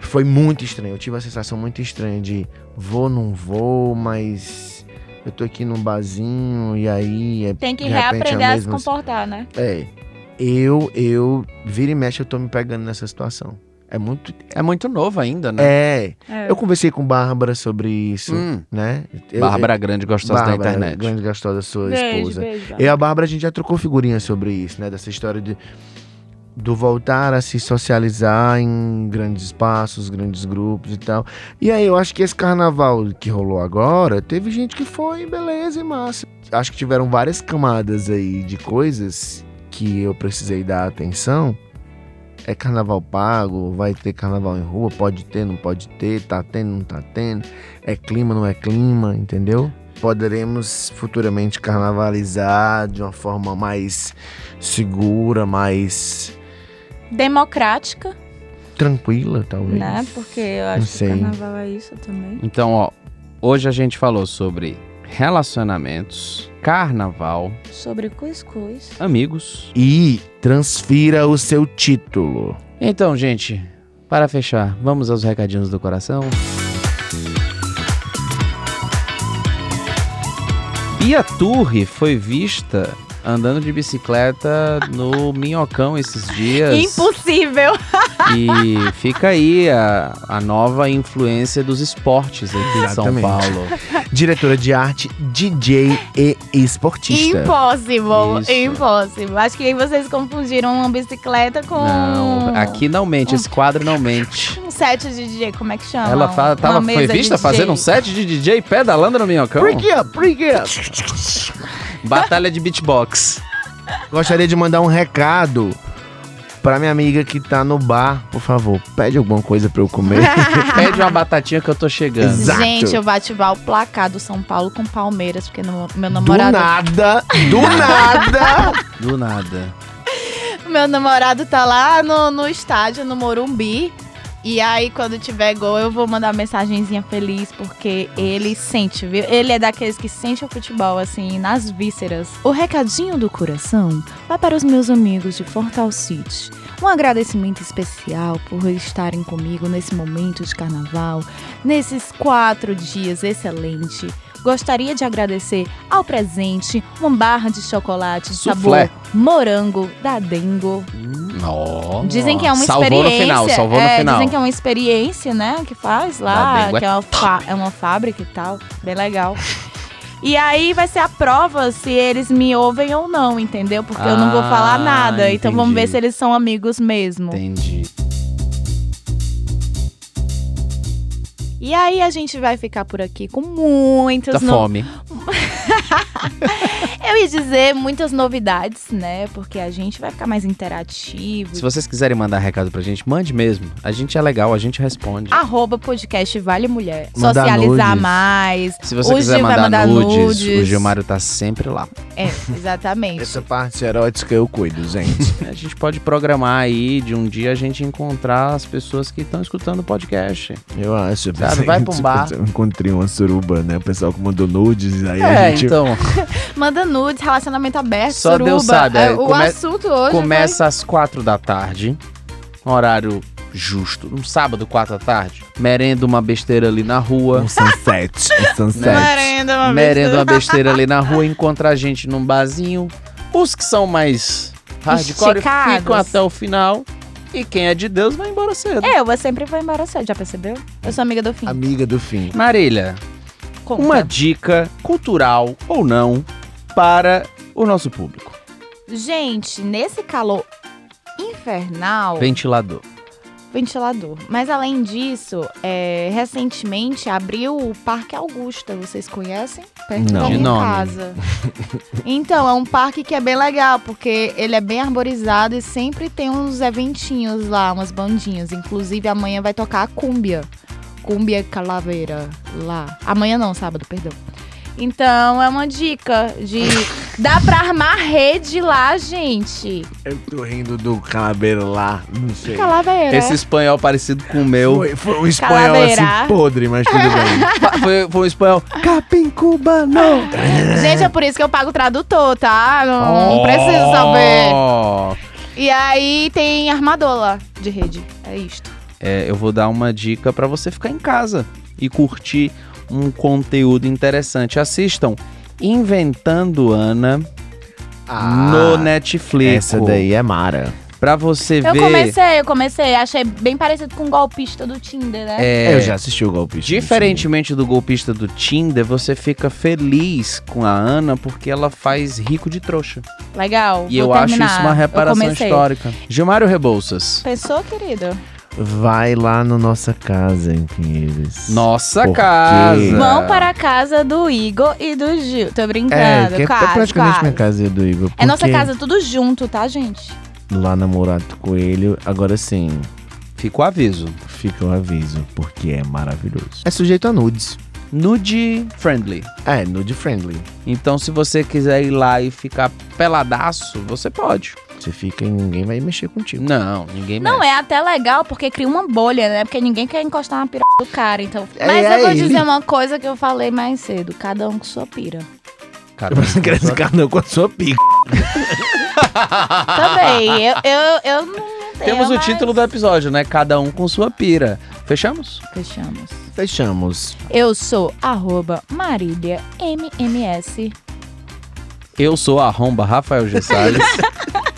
Speaker 3: Foi muito estranho. Eu tive a sensação muito estranha de vou, não vou, mas eu tô aqui num barzinho e aí é
Speaker 4: Tem que
Speaker 3: De repente é
Speaker 4: reaprender a se
Speaker 3: mesmo-
Speaker 4: comportar, né?
Speaker 3: É. Eu, eu, vira e mexe, eu tô me pegando nessa situação. É muito.
Speaker 5: É muito novo ainda, né?
Speaker 3: É.
Speaker 4: É.
Speaker 3: Eu conversei com Bárbara sobre isso,
Speaker 5: Hum.
Speaker 3: né? Eu-
Speaker 5: Bárbara Grande
Speaker 3: eu-
Speaker 5: gostosa da
Speaker 3: Bárbara,
Speaker 5: internet.
Speaker 3: Grande gostosa, sua esposa.
Speaker 4: beijo.
Speaker 2: Tá.
Speaker 3: Eu e a Bárbara, a gente já trocou figurinha sobre isso, né? Dessa história de. Do voltar a se socializar em grandes espaços, grandes grupos e tal. E aí, eu acho que esse carnaval que rolou agora, teve gente que foi, beleza e massa. Acho que tiveram várias camadas aí de coisas que eu precisei dar atenção. É carnaval pago, vai ter carnaval em rua, pode ter, não pode ter, tá tendo, não tá tendo. É clima, não é clima, entendeu? Poderemos futuramente carnavalizar de uma forma mais segura, mais
Speaker 4: Democrática,
Speaker 3: tranquila, talvez.
Speaker 4: né? Porque eu
Speaker 3: Não
Speaker 4: acho que
Speaker 3: sei.
Speaker 4: o carnaval é isso também.
Speaker 5: Então, ó, hoje a gente falou sobre relacionamentos, carnaval,
Speaker 4: Sobre cuscuz.
Speaker 5: amigos.
Speaker 3: E transfira o seu título.
Speaker 5: Então, gente, para fechar, vamos aos recadinhos do coração. Bia Turri foi vista andando de bicicleta no Minhocão esses dias.
Speaker 4: Impossível!
Speaker 5: E fica aí a, a nova influência dos esportes aqui em São
Speaker 3: Exatamente.
Speaker 5: Paulo.
Speaker 3: Diretora de arte, DJ e esportista.
Speaker 2: Impossible,
Speaker 5: Isso.
Speaker 2: impossible.
Speaker 4: Acho que aí vocês confundiram uma bicicleta com
Speaker 2: Oh.
Speaker 5: Não, aqui não mente, esse quadro não mente.
Speaker 4: um set de DJ, como é que chama?
Speaker 5: Ela fa-
Speaker 4: Uma
Speaker 5: tava, foi
Speaker 4: mesa de
Speaker 5: vista
Speaker 4: DJ.
Speaker 5: fazendo um set de DJ pedalando no minhocão?
Speaker 3: Freak up, freak up.
Speaker 5: Batalha de beatbox.
Speaker 3: Gostaria de mandar um recado pra minha amiga que tá no bar. Por favor, pede alguma coisa pra eu comer.
Speaker 2: Ah.
Speaker 5: Pede uma batatinha que eu tô chegando.
Speaker 3: Exato.
Speaker 2: Gente, eu vou ativar o placar do São Paulo com Palmeiras, porque no- meu
Speaker 3: do
Speaker 2: namorado.
Speaker 3: nada, do nada.
Speaker 5: Do nada.
Speaker 2: Meu namorado tá lá no, no estádio, no Morumbi. E aí, quando tiver gol, eu vou mandar uma mensagenzinha feliz, porque ele sente, viu? Ele é daqueles que sente o futebol, assim, nas vísceras. O recadinho do coração vai para os meus amigos de Fortal City. Um agradecimento especial por estarem comigo nesse momento de carnaval, nesses quatro dias excelente. Gostaria de agradecer ao presente uma barra de chocolate de
Speaker 5: Soufflé.
Speaker 2: sabor morango da Dengo.
Speaker 5: Nossa.
Speaker 2: Dizem que é uma
Speaker 5: salvou
Speaker 2: experiência.
Speaker 5: no final, salvou
Speaker 2: é,
Speaker 5: no final.
Speaker 2: Dizem que é uma experiência, né? Que faz
Speaker 5: Da
Speaker 2: lá,
Speaker 5: Dengo é
Speaker 2: que é uma, fa- é uma fábrica e tal. Bem legal. E aí vai ser a prova se eles me ouvem ou não, entendeu? Porque eu não vou falar
Speaker 5: Ah,
Speaker 2: nada. Então vamos ver
Speaker 5: entendi.
Speaker 2: se eles são amigos mesmo.
Speaker 5: Entendi.
Speaker 2: E aí a gente vai ficar por aqui com muitos
Speaker 5: Tá
Speaker 2: no-
Speaker 5: fome.
Speaker 2: Eu ia dizer muitas novidades, né? Porque a gente vai ficar mais interativo.
Speaker 5: Se vocês quiserem mandar recado pra gente, mande mesmo. A gente é legal, a gente responde.
Speaker 2: Arroba podcast Vale Mulher.
Speaker 3: Mandar
Speaker 2: Socializar
Speaker 3: nudes.
Speaker 2: mais.
Speaker 5: Se você
Speaker 2: o
Speaker 5: quiser
Speaker 2: Gil vai mandar
Speaker 5: mandar, nudes, o
Speaker 2: nudes.
Speaker 5: Gilmário tá sempre lá.
Speaker 2: É, exatamente.
Speaker 3: Essa parte erótica eu cuido, gente.
Speaker 5: A gente pode programar aí de um dia a gente encontrar as pessoas que estão escutando o podcast.
Speaker 3: Eu acho.
Speaker 5: Sabe, vai pra um bar.
Speaker 3: Eu encontrei uma suruba, né? O pessoal que mandou nudes, aí
Speaker 5: É,
Speaker 3: a gente
Speaker 5: então, Então,
Speaker 4: Manda nudes, relacionamento aberto,
Speaker 5: Só
Speaker 4: suruba.
Speaker 5: Deus sabe,
Speaker 4: É,
Speaker 5: é,
Speaker 4: o
Speaker 5: come-
Speaker 4: assunto hoje
Speaker 5: começa às quatro da tarde. Um horário justo. Um sábado, quatro da tarde. Merenda uma besteira ali na rua.
Speaker 3: Um sunset. Um
Speaker 4: foi...
Speaker 3: sunset.
Speaker 4: Merenda,
Speaker 2: Ah,
Speaker 4: uma
Speaker 5: merenda uma besteira ali na rua, encontra a gente num barzinho. Os que são mais hardcore
Speaker 2: Esticados.
Speaker 5: ficam até o final. E quem é de Deus vai embora cedo.
Speaker 4: É,
Speaker 2: Eu, eu sempre vou embora cedo, já percebeu? Eu sou amiga do fim.
Speaker 3: Amiga do fim.
Speaker 5: Marília,
Speaker 2: Conta.
Speaker 5: uma dica cultural ou não para o nosso público.
Speaker 4: Gente, nesse calor infernal,
Speaker 5: Ventilador.
Speaker 4: ventilador. Mas além disso, é, recentemente abriu o Parque Augusta, vocês conhecem? Perto
Speaker 3: Não.
Speaker 4: da
Speaker 3: De
Speaker 4: minha
Speaker 5: nome.
Speaker 4: casa. então, é um parque que é bem legal, porque ele é bem arborizado e sempre tem uns eventinhos lá, umas bandinhas. Inclusive, amanhã vai tocar a cúmbia. Cúmbia Calaveira, lá. Amanhã não, sábado, perdão. Então, é uma dica de... Dá pra armar rede lá, gente.
Speaker 3: Eu tô rindo do calabeiro lá. Não sei.
Speaker 2: É.
Speaker 4: Calaveira.
Speaker 5: Esse espanhol parecido com o meu.
Speaker 3: Foi, foi um espanhol assim
Speaker 4: Calaveira.
Speaker 3: podre, mas tudo bem.
Speaker 5: Fa- Foi, foi um espanhol. Capim cubano.
Speaker 4: Gente, é por isso que eu pago o tradutor, tá? Não, não preciso saber.
Speaker 5: Oh.
Speaker 4: E aí tem armador lá de rede. É isto.
Speaker 5: É, eu vou dar uma dica pra você ficar em casa e curtir um conteúdo interessante. Assistam Inventando Ana no Netflix.
Speaker 3: Ah, Essa daí é Mara.
Speaker 5: Pra você
Speaker 2: Eu
Speaker 5: ver.
Speaker 2: comecei, eu comecei. Achei bem parecido com o golpista do Tinder, né?
Speaker 5: é,
Speaker 3: Eu já assisti o golpe.
Speaker 5: Diferentemente do golpista do Tinder, você fica feliz com a Ana porque ela faz rico de trouxa.
Speaker 2: Legal.
Speaker 5: É. E
Speaker 2: vou
Speaker 5: eu acho
Speaker 2: terminar.
Speaker 5: isso uma reparação
Speaker 2: eu comecei.
Speaker 5: histórica. Gilmário Rebouças.
Speaker 4: Pensou, querido?
Speaker 3: Vai lá na nossa casa em Pinheiros.
Speaker 5: Nossa
Speaker 3: Por quê?
Speaker 5: casa.
Speaker 2: Vão para a casa do Igor e do Gil. Tô
Speaker 3: É,
Speaker 2: brincando,
Speaker 3: que é
Speaker 2: quase,
Speaker 3: praticamente
Speaker 2: quase.
Speaker 3: minha casa e do Igor.
Speaker 2: É nossa
Speaker 3: porque
Speaker 2: casa tudo junto, tá, gente?
Speaker 3: Lá na Morato Coelho, agora sim,
Speaker 5: Fica o aviso.
Speaker 3: fica o aviso, porque é maravilhoso. É sujeito a nudes.
Speaker 5: Nude friendly.
Speaker 3: É, nude friendly.
Speaker 5: Então, se você quiser ir lá e ficar peladaço, você pode.
Speaker 3: Você fica e ninguém vai mexer contigo.
Speaker 5: Não, ninguém
Speaker 2: Não,
Speaker 5: mexe.
Speaker 2: é até legal, porque cria uma bolha, né? Porque ninguém quer encostar na piroca do cara, então...
Speaker 3: É,
Speaker 2: Mas
Speaker 3: é
Speaker 2: eu vou
Speaker 3: isso.
Speaker 2: dizer uma coisa que eu falei mais cedo. Cada um com sua pira.
Speaker 5: Cara,
Speaker 3: Você quer esse carnão com a sua pica.
Speaker 2: Também, eu, eu, eu não tenho
Speaker 5: Temos o
Speaker 2: mais.
Speaker 5: título do episódio, né? Cada um com sua pira. Fechamos?
Speaker 2: Fechamos.
Speaker 3: Fechamos.
Speaker 2: Eu sou arroba Marília MMS.
Speaker 5: Eu sou a Romba Rafael G. Salles.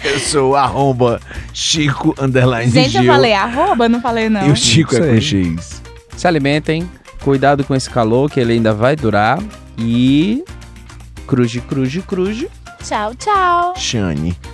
Speaker 3: Eu sou arromba Chico Underline
Speaker 2: Gente, eu
Speaker 3: Gil.
Speaker 2: falei arroba, não falei não.
Speaker 3: E o Chico é
Speaker 5: Não
Speaker 3: com
Speaker 5: sei.
Speaker 3: X.
Speaker 5: Se alimentem, cuidado com esse calor que ele ainda vai durar. E. Cruze, cruze, cruze.
Speaker 2: Tchau, tchau.
Speaker 3: Shane.